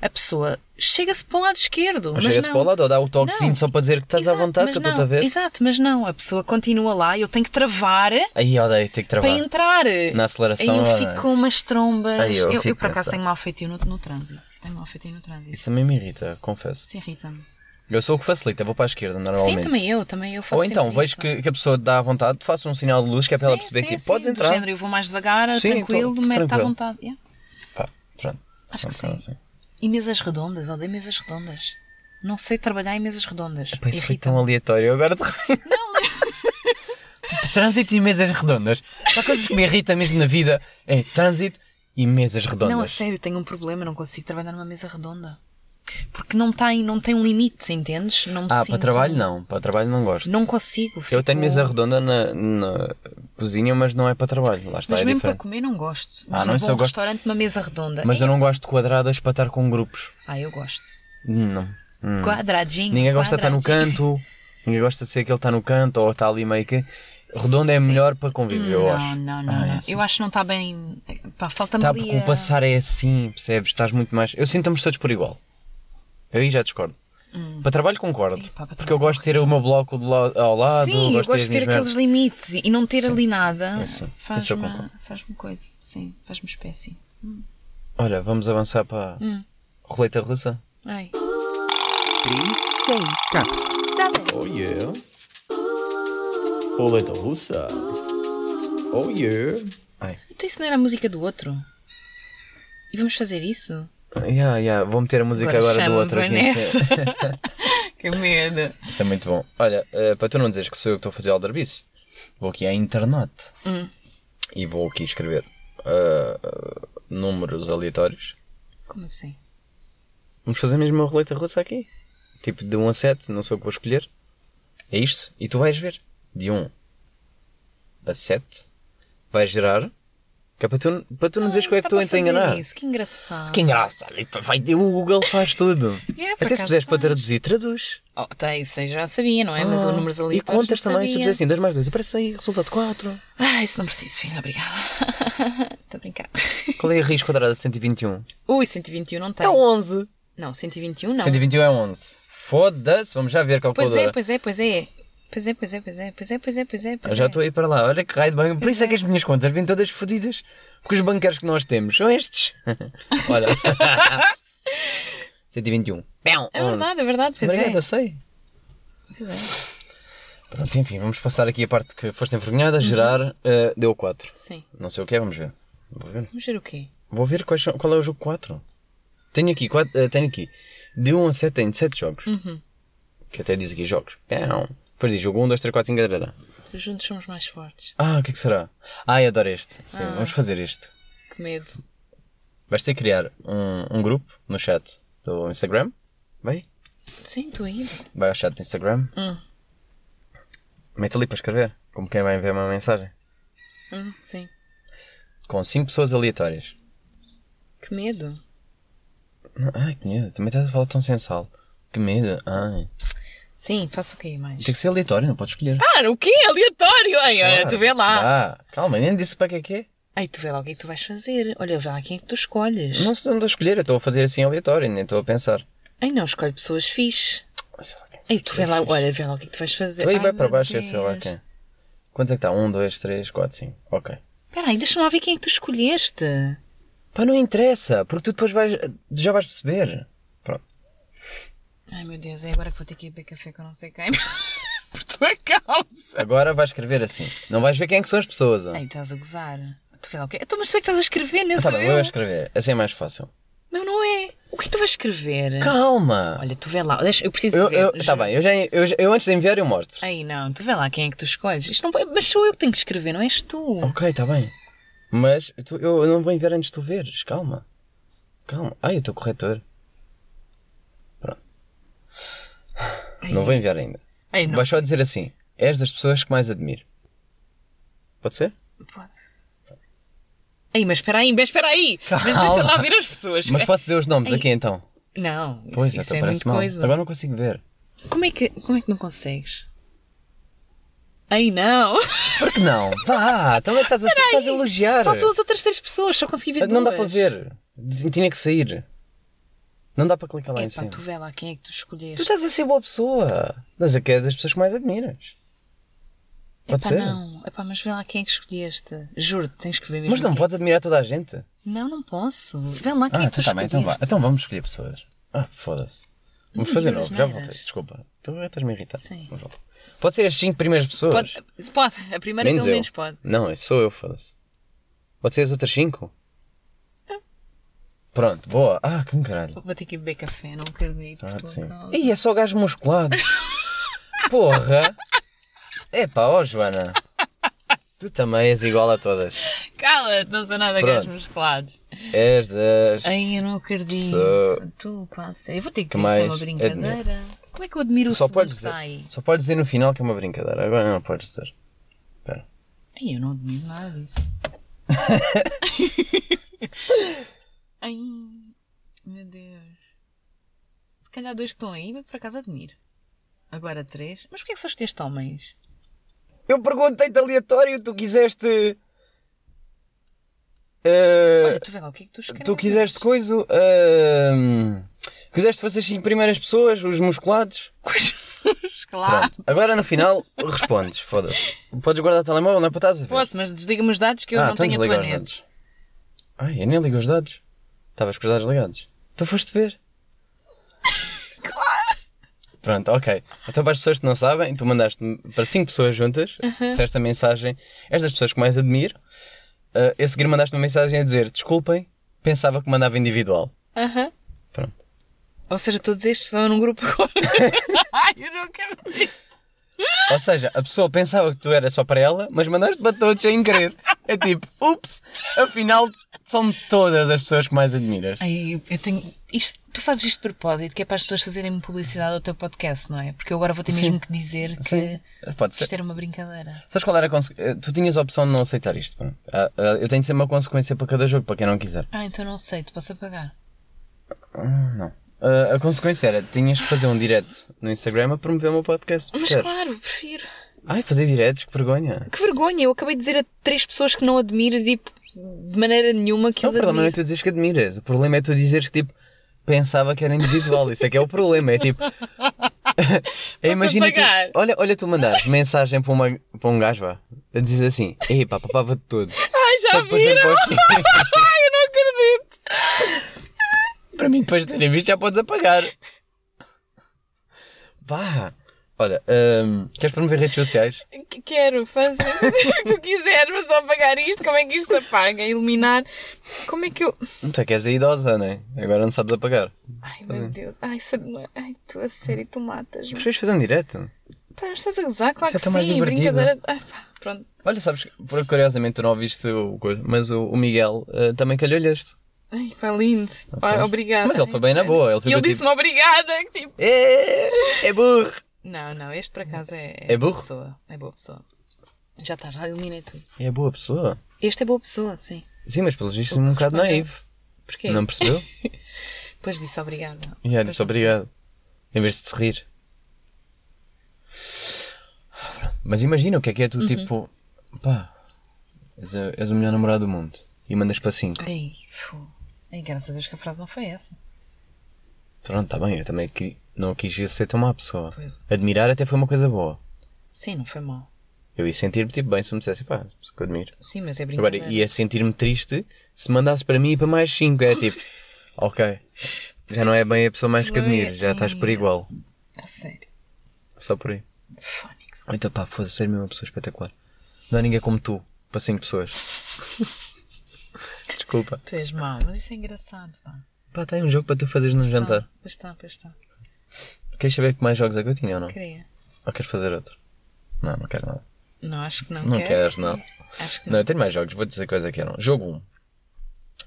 A pessoa chega-se para o lado esquerdo. Ou mas chega-se não. para o lado ou dá o toquezinho Não. só para dizer que estás à Exato, vontade, mas que eu estou não. a ver. Exato, mas não. A pessoa continua lá e eu tenho que travar Aí odeio ter que para travar. entrar. Na aceleração, Aí eu não é? fico com umas trombas. Aí eu eu, eu, fico por acaso nessa. tenho mal feitio no, no trânsito. Tenho mal feitio no trânsito. Isso, Isso também me irrita, confesso. irrita-me. Eu sou o que facilita, vou para a esquerda normalmente. Sim, também eu, também eu faço Ou então, sempre vejo isso. que, que a pessoa dá à vontade, faço um sinal de luz que é para ela Sim, perceber sim, que podes sim, do entrar. género, eu vou mais devagar, Sim, tranquilo, tô- mete à tranquilo. vontade. yeah. Pá, pronto. Acho Só um que sim. bocado assim. E mesas redondas, odeio mesas redondas. Não sei trabalhar em mesas redondas. Pá, isso foi Irrita-me. tão aleatório. Agora de repente. tipo, trânsito e mesas redondas. Só coisas que me irritam mesmo na vida é trânsito e mesas redondas. Não, a sério, tenho um problema, não consigo trabalhar numa mesa redonda. Porque não tem, não tem um limite, entendes? Não me ah, para sinto- trabalho não. Para trabalho não gosto. Não consigo. Eu tenho fico- mesa redonda na, na cozinha, mas não é para trabalho. Lá está, Mas é mesmo para diferente. comer não gosto. Ah, Mas não, num isso bom eu gosto. restaurante, uma mesa redonda. Mas é- eu não gosto de quadradas para estar com grupos. Ah, eu gosto. Não. Hum. Quadradinho. Ninguém gosta de estar no quadradinho. canto, ninguém gosta de ser aquele que está no canto ou está ali meio que. Redondo é Sim. melhor para convívio, eu não, acho. Não, não, Ah, é não. assim. Eu acho que não está bem. Pá, falta-me Tá, ali. porque o a- passar é assim, percebes? Estás muito mais. Eu sinto-me todos por igual. Eu aí já discordo. Para trabalho concordo. Hum. Ih, pá, para porque eu trabalho gosto de ter o meu bloco do lado- ao lado. Sim, eu gosto gosto de ter ter as minhas aqueles limites e não ter Sim. ali nada. Isso, isso eu Faz-me concordo. faz coisa. Sim, faz-me espécie. merdas. Olha, vamos avançar para. Hum. Roleta russa? Ai. Seven. Oh yeah. Roleta russa. Oh yeah. Então isso não era a música do outro? E vamos fazer isso? Yeah, yeah. Vou meter a música agora, do chama-me outro aqui. Vanessa. que medo. Isso é muito bom. Olha, eh, para tu não dizeres que sou eu que estou a fazer aldrabice, vou aqui à internet Hum. e vou aqui escrever ah, ah, números aleatórios. Como assim? Vamos fazer mesmo uma roleta russa aqui? Tipo de 1 a 7, não sou eu que vou escolher. É isto. E tu vais ver. De 1 a 7 vai gerar. Que é para tu, para tu não dizeres que Ah, é que estou a isso dá para fazer enganar. isso, Que engraçado. Que engraçado. Vai- O Google faz tudo. É, por Até se acaso puseres para faz. traduzir, traduz. Oh, tá, isso aí já sabia, não é? Mas o Ah, números E aleatórios. contas não também, se sabia. puseres assim, 2 mais 2, aparece aí, resultado 4. Ah, isso não preciso, filho, obrigada. Estou a brincar. Qual é a raiz quadrada de 121? Ui, 121 não tem. É 11. Não, 121 Tá não. 121 é 11. Foda-se, vamos já ver a Pois calculadora. é, pois é, pois é. Pois é, pois é, pois é, pois é, pois é, pois é. Pois já é. estou a ir para lá, olha que raio de banco. Por isso é que as minhas contas vêm todas fodidas. Porque os banqueiros que nós temos são estes. olha. 121. Pão, um. É verdade, é verdade, pois Obrigado, é. eu sei. Pois é. Pronto, enfim, vamos passar aqui a parte que foste envergonhada. Uhum. Gerar eh, deu 4. Sim. Não sei o que é, vamos ver. Vou ver. Vamos ver o quê? Vou ver quais são- qual é o jogo 4. Tenho aqui, quatro, eh, tenho aqui. De 1 a 7 tenho 7 jogos. Que até diz aqui jogos. Pão. Depois diz jogo 1, 2, 3, 4 em cadeira. Juntos somos mais fortes. Ah, o que é que será? Ai, adoro este. Sim, vamos fazer este. Que medo. Vais ter que criar um, um grupo no chat do Instagram. Vai? Sim, tu ainda. Vai ao chat do Instagram. Hum. Mete ali para escrever. Como quem vai enviar uma mensagem. Hum, sim. Com 5 pessoas aleatórias. Que medo. Não, Ai, que medo. Também estás a falar tão sensal. Que medo. Ai. Sim, faço o quê mais? Tem que ser aleatório, não podes escolher. Ah, o quê? Aleatório! Ai, olha, É, tu vê lá. Ah, calma, nem disse para que é que é. Ai, tu vê lá o que é que tu vais fazer. Olha, vê lá quem é que tu escolhes. Não sei onde eu escolher, eu estou a fazer assim aleatório, nem estou a pensar. Ai, não, escolhe pessoas fixe. Sei lá quem. Ai, tu vê lá, olha, vê lá o que é que tu vais fazer. Estou é aí Ai, bem para meu baixo, é sei lá Deus. quem. Quantos é que está? 1, 2, 3, 4, 5. Ok. Espera aí, deixa-me lá ver quem é que tu escolheste. Pá, não interessa, porque tu depois vais, já vais perceber. Pronto. Ai, meu Deus, é agora que vou ter que ir beber café com não sei quem. Por tua causa. Agora vais escrever assim. Não vais ver quem é que são as pessoas. ó. Ai, estás a gozar. Tu vê lá o quê? Então, mas tu é que estás a escrever, não Tá sou bem, eu. vou escrever. Assim é mais fácil. Não, não é. O que é que tu vais escrever? Calma! Olha, tu vê lá. Deixa, eu preciso Eu, ver. eu, tá Já- bem, eu, já, eu, já- eu antes de enviar eu mostro. Ai, não, tu vê lá quem é que tu escolhes. Isto não, mas sou eu que tenho que escrever, não és tu. Ok, tá bem. Mas tu- eu, eu não vou enviar antes de tu veres. Calma. Calma. Ai, o teu corretor. Pronto. Ai, Não vou enviar ainda. Ai, não. Vais só dizer assim: és das pessoas que mais admiro. Pode ser? Ei, mas espera aí, mas espera aí. Mas deixa lá ver as pessoas. Mas posso dizer os nomes Ai. aqui então? Não, isso, Pois, isso até é parece muito mal. coisa. Agora não consigo ver. Como, é que, como é que não consegues? Ai, não. Por que não? Vá, também estás a, estás a elogiar. Faltam as outras três pessoas, só consegui ver Ah, Não dá para duas. ver. Tinha que sair. Não dá para clicar lá em Epá, cima. tu vê lá quem é que tu Tu tá- escolheste. estás a ser boa pessoa. Mas é que é das pessoas que mais admiras. Pode Epá, ser. não. Epá, mas vê lá quem é que escolheste. Juro-te, tens que ver mesmo. Mas não quem- é. podes admirar toda a gente. Não, não posso. Vê lá quem ah, é que tu então tá bem, escolheste. então vá. Então vamos escolher pessoas. Ah, foda-se. Vamos Hum, fazer diz novo, já asneiras. voltei. Desculpa. Tu já estás-me a irritar. Sim. Vamos lá. Pode ser as 5 primeiras pessoas? Pode, pode, a primeira Menos pelo eu. menos pode. Não, sou eu, foda-se. Pode ser as outras 5? É. Pronto, boa. Ah, que caralho. Vou ter que ir beber café, não acredito. Ah, por sim. causa. Ih, é só gajos musculados. Porra! Epá, ó Joana. Tu também és igual a todas. Cala-te, não sou nada Pronto. gajos musculados. És das. Ai, eu não acredito. Pessoa- Tu, pá, sério. Eu vou ter que Que dizer que isso é uma mais brincadeira. Como é que eu admiro o Só segundo podes, que dizer, sai? só podes dizer no final que é uma brincadeira. Agora não podes dizer. Ai, eu não admiro nada disso. Ai, meu Deus. Se calhar dois que estão aí, mas por acaso admiro. Agora três. Mas porquê é que só escolheste homens? Eu perguntei-te aleatório, tu quiseste. Olha, eh, tu vê lá o que é que tu escreves. tu quiseste coisa. eh, quiseste vocês cinco primeiras pessoas, os musculados. Coisas, claro. Pronto. Agora no final respondes, foda-se. Podes guardar o telemóvel, não é para estás a ver. Posso, mas desliga-me os dados que eu não então tenho a desliga tua os net. dados. Ai, eu nem ligo os dados. Estavas com os dados ligados. Tu foste ver. claro. Pronto, ok. Então para as pessoas que não sabem, tu mandaste para cinco pessoas juntas, disseste a mensagem, és das pessoas que mais admiro. Ah, a seguir mandaste uma mensagem a dizer, desculpem, pensava que mandava individual. Aham. Pronto. Ou seja, todos estes estão num grupo agora. Ai, eu não quero dizer. Ou seja, a pessoa pensava que tu era só para ela, mas mandaste para todos sem querer. É tipo, ups, afinal são todas as pessoas que mais admiras. Ai, eu- eu tenho. Isto, tu fazes isto de propósito, que é para as pessoas fazerem publicidade ao teu podcast, não é? Porque eu agora vou ter Sim. mesmo que dizer que Sim, pode ser. isto era uma brincadeira. Sabes qual era a consequência? Tu tinhas a opção de não aceitar isto. pronto. Ah, ah, Eu tenho sempre uma consequência para cada jogo, para quem não quiser. Ah, então não sei, tu posso apagar. Ah, Não. Ah, a consequência era, tinhas que fazer um direto no Instagram a promover o meu podcast. Mas percebes? claro, prefiro. Ai, fazer diretos, que vergonha. Que vergonha, eu acabei de dizer a três pessoas que não admiro, tipo, de maneira nenhuma que Não, o os problema não é admiro. tu dizeres que admiras. O problema é tu dizeres que tipo, pensava que era individual. Isso é que é o problema. É tipo. É, imagina tu, apagar? olha, olha, tu mandares mensagem para, uma, para um gajo, vá. Dizes assim: Ei, pá, papava-te todo. Ai, já Só depois viram? vem para o Chico. Ai, eu não acredito. Para mim, depois de terem visto, já podes apagar. Vá! Olha, ahm, queres promover redes sociais? Que- Quero fazer fazer o que tu quiseres, mas só apagar isto, como é que isto se apaga? Iluminar. Como é que eu. Não, tu é que és a idosa, não é? Agora não sabes apagar. Ai Uhum. meu Deus, ai, sabe... é? ai tu a sério, tu matas-me. Preferes fazer um direto? Pá, não estás a gozar, claro Isso é que tão mais sim, divertido. é? brincadeira. Ai, pá, pronto. Olha, sabes, que, por- curiosamente tu não ouviste o coisa, mas o, o Miguel ah, também calhou-lhe este. Ai, pá, lindo. pois. Pá, obrigada. Mas ele foi bem na Ai, boa, ele E ficou ele tipo- disse-me obrigada. que Tipo... É, é burro! Não, não, este por acaso é, É burro? boa pessoa. É boa pessoa. Já estás, já iluminei tudo. É boa pessoa. Este é boa pessoa, sim. Sim, mas pelos vistos um bocado correspondeu. naivo. Porquê? Não percebeu? Depois disse obrigada. E yeah, disse obrigado. Em vez de se rir. Mas imagina o que é que é tu, Uhum. tipo, pá, és, a- és o melhor namorado do mundo e mandas para 5. Ai, fu. Ai, graças a Deus que a frase não foi essa. Pronto, está bem, eu também qui- não quis ser tão má pessoa. Pois. é. Admirar até foi uma coisa boa. Sim, não foi mal. Eu ia sentir-me tipo bem se me dissesse, pá, isso que eu admiro. Sim, mas é Agora, brincadeira. ia sentir-me triste se mandasse para mim e para mais 5. É tipo, ok, já não é bem a pessoa mais que Não é admiro, já estás por bem. igual. é- A sério. Só por aí. Fónix. Ou Então pá, foda-se, és mesmo uma pessoa espetacular. Não há ninguém como tu, para 5 pessoas. Desculpa. Tu és mau, mas isso é engraçado, pá. Pá, tem um jogo para tu fazeres no jantar. Tá, Pois está, pois está. Queres saber que mais jogos é que eu tinha ou não? Queria. Ou queres fazer outro? Não, não quero nada. Não, acho que não Não quero. queres, não. Acho que Não, é não. eu tenho mais jogos, vou dizer quais é que eram. Jogo 1.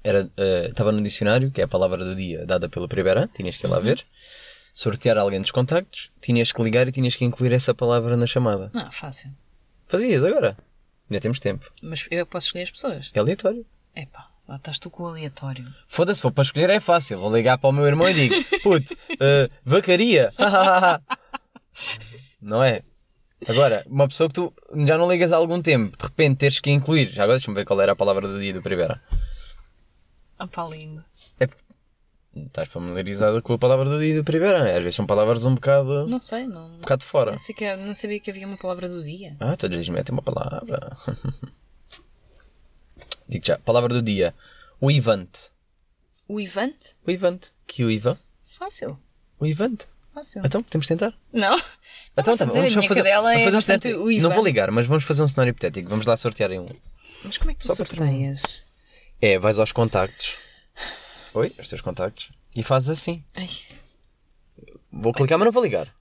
Era, eh, estava no dicionário, que é a palavra do dia dada pelo Primeira, tinhas que ir lá ver. Sortear alguém dos contactos, tinhas que ligar e tinhas que incluir essa palavra na chamada. Não, fácil. Fazias agora. Ainda temos tempo. Mas eu é que posso escolher as pessoas. É aleatório. Epá, lá estás tu com o aleatório. Foda-se, vou para escolher é fácil. Vou ligar para o meu irmão e digo: puto, eh, vacaria. não é? Agora, uma pessoa que tu já não ligas há algum tempo, de repente teres que incluir. Já agora deixa-me ver qual era a palavra do dia do Primeira. Ah, pá, lindo. Estás familiarizado com a palavra do dia do Primeira? Às vezes são palavras um bocado, um Não sei, não. bocado fora. Não, sei que, não sabia que havia uma palavra do dia. Ah, todos eles metem uma palavra. Digo já: palavra do dia: o Ivante. O Ivante? O Ivante. Que o Ivan? Fácil, O Ivante. fácil. Então, podemos tentar. Não? Então, Não, tá, bom, mas vamos a só minha fazer, cadela vamos é fazer um bastante cenário- uivante. Não vou ligar, mas vamos fazer um cenário hipotético. Vamos lá sortear em um. Mas como é que tu Só para sorteias? É, vais aos contactos. Oi, os teus contactos. E fazes assim. Ai, Vou clicar, mas não vou ligar.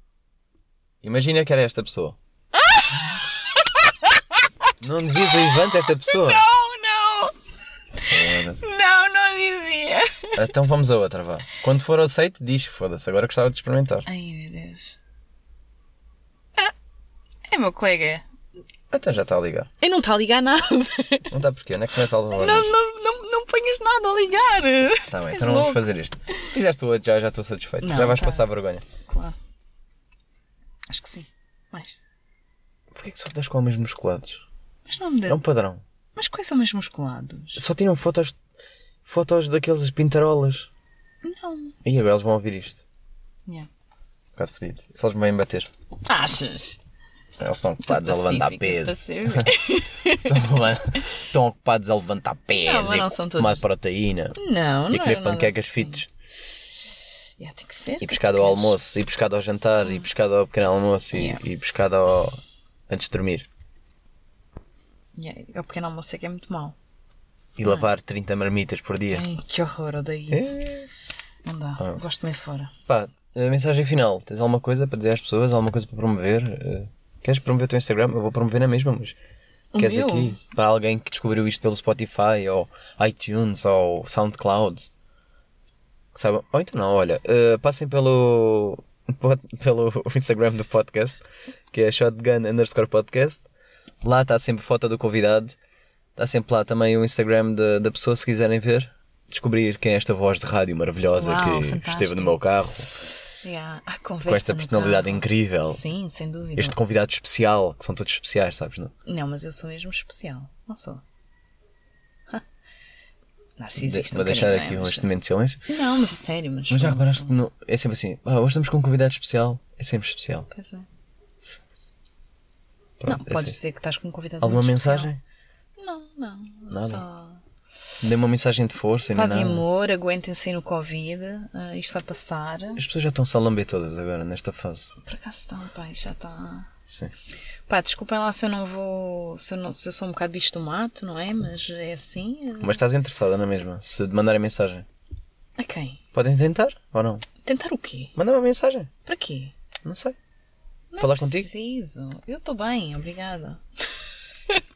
Imagina que era esta pessoa. não dizias o Ivan é esta pessoa? Oh, não! Foda-se. Não, não dizia! Então vamos a outra, vá. Quando for aceito, diz foda-se. Agora gostava de experimentar. Ai, meu Deus. Ah, é meu colega. Até Então já está a ligar. Eu não está a ligar nada. Não dá porquê. Next metal da Não, não, não, não ponhas nada a ligar. Tá bem, És então não vamos louco. fazer isto. Fizeste o outro já, já estou satisfeito. Não, já vais tá. passar vergonha. Claro. Acho que sim. Mais. Porquê que só te das com homens musculados? Mas não me É deu. um padrão. Mas quais são meus musculados? Só tiram fotos fotos daqueles pintarolas. Não. E agora eles vão ouvir isto. Yeah. Um bocado fodido. Se eles me vêm bater. Achas? assim Eles estão ocupados a Pacífico, levantar tá peso. pacífico. Estão a levan- Estão ocupados a levantar peso. Não, mas e não são tomar todos. proteína. Não, não E comer era nada panquecas assim. fites. Yeah, tem que ser. E pescado ao almoço. E pescado ao jantar. E pescado ao pequeno almoço. E, Yeah. e pescado ao... antes de dormir. Yeah, é o pequeno almoço é que é muito mau. E lavar 30 marmitas por dia. Ai, que horror, É? odeio É isso. Não dá. Ah. Gosto de comer fora. Pá, a mensagem final. Tens alguma coisa para dizer às pessoas? Alguma coisa para promover? Eh, Queres promover o teu Instagram? Eu vou promover na mesma, mas. O queres meu? aqui? Para alguém que descobriu isto pelo Spotify ou iTunes ou Soundcloud. Que saibam- Ou então não, olha. eh, passem pelo. pod- pelo Instagram do podcast, que é shotgun underscore podcast. Lá está sempre foto do convidado. Está Tá sempre lá também o Instagram da, da pessoa, se quiserem ver. Descobrir quem é esta voz de rádio maravilhosa Uau, que fantástico. esteve no meu carro Yeah. Ah, conversa com esta no personalidade carro. incrível, Sim, sem dúvida. este convidado especial, que são todos especiais, sabes? Não? Não, mas eu sou mesmo especial. Não sou. Ha. De- Narcisista. vou um deixar bocadinho, aqui não é? um Mas- momento de silêncio. Não, mas a sério, mas. Mas já sou- reparaste, sou- que no, é sempre assim, "Ah, hoje estamos com um convidado especial, é sempre especial. Pois é. Pronto, não, é podes assim. dizer que estás com um convidado Alguma muito especial. mensagem? Não, não. Nada? Só. Dê uma mensagem de força e Paz e nada. amor, aguentem-se aí no Covid, ah, isto vai passar. As pessoas já estão a lamber todas agora, nesta fase. Por acaso estão, pá, isto já está. Sim. Pá, desculpem lá se eu não vou. Se eu, não- se eu sou um bocado bicho do mato, não é? Mas é assim. ah, Mas estás interessada na mesma, se te mandarem mensagem. A quem? Podem tentar ou não? Tentar o quê? Manda uma mensagem, Para quê? não sei. Não Falar é contigo? preciso. Eu estou bem, obrigada.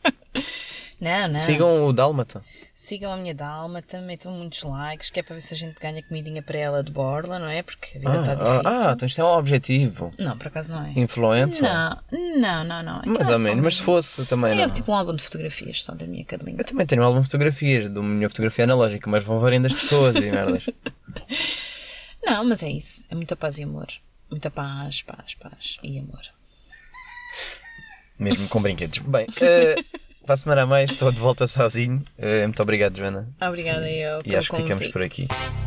não, não. Sigam o Dálmata. Sigam a minha Dálmata, metam muitos likes, que é para ver se a gente ganha comidinha para ela de borla, não é? Porque a vida está ah, difícil. ah, então isto é um objetivo. Não, por acaso não é. Influencer. Não, não, não, não. Aquilo Mais é ou só menos, um- mas se fosse também É não. tipo um álbum de fotografias só da minha cadelinha. Eu também tenho um álbum de fotografias, de uma minha fotografia analógica, mas vão varendo as pessoas e merdas. Não, mas é isso. É muita paz e amor. Muita paz, paz, paz e amor. Mesmo com brinquedos. Bem, eh, para a semana a mais estou de volta sozinho. Eh, muito obrigado, Joana. Obrigada eu E pelo acho que ficamos convite. por aqui.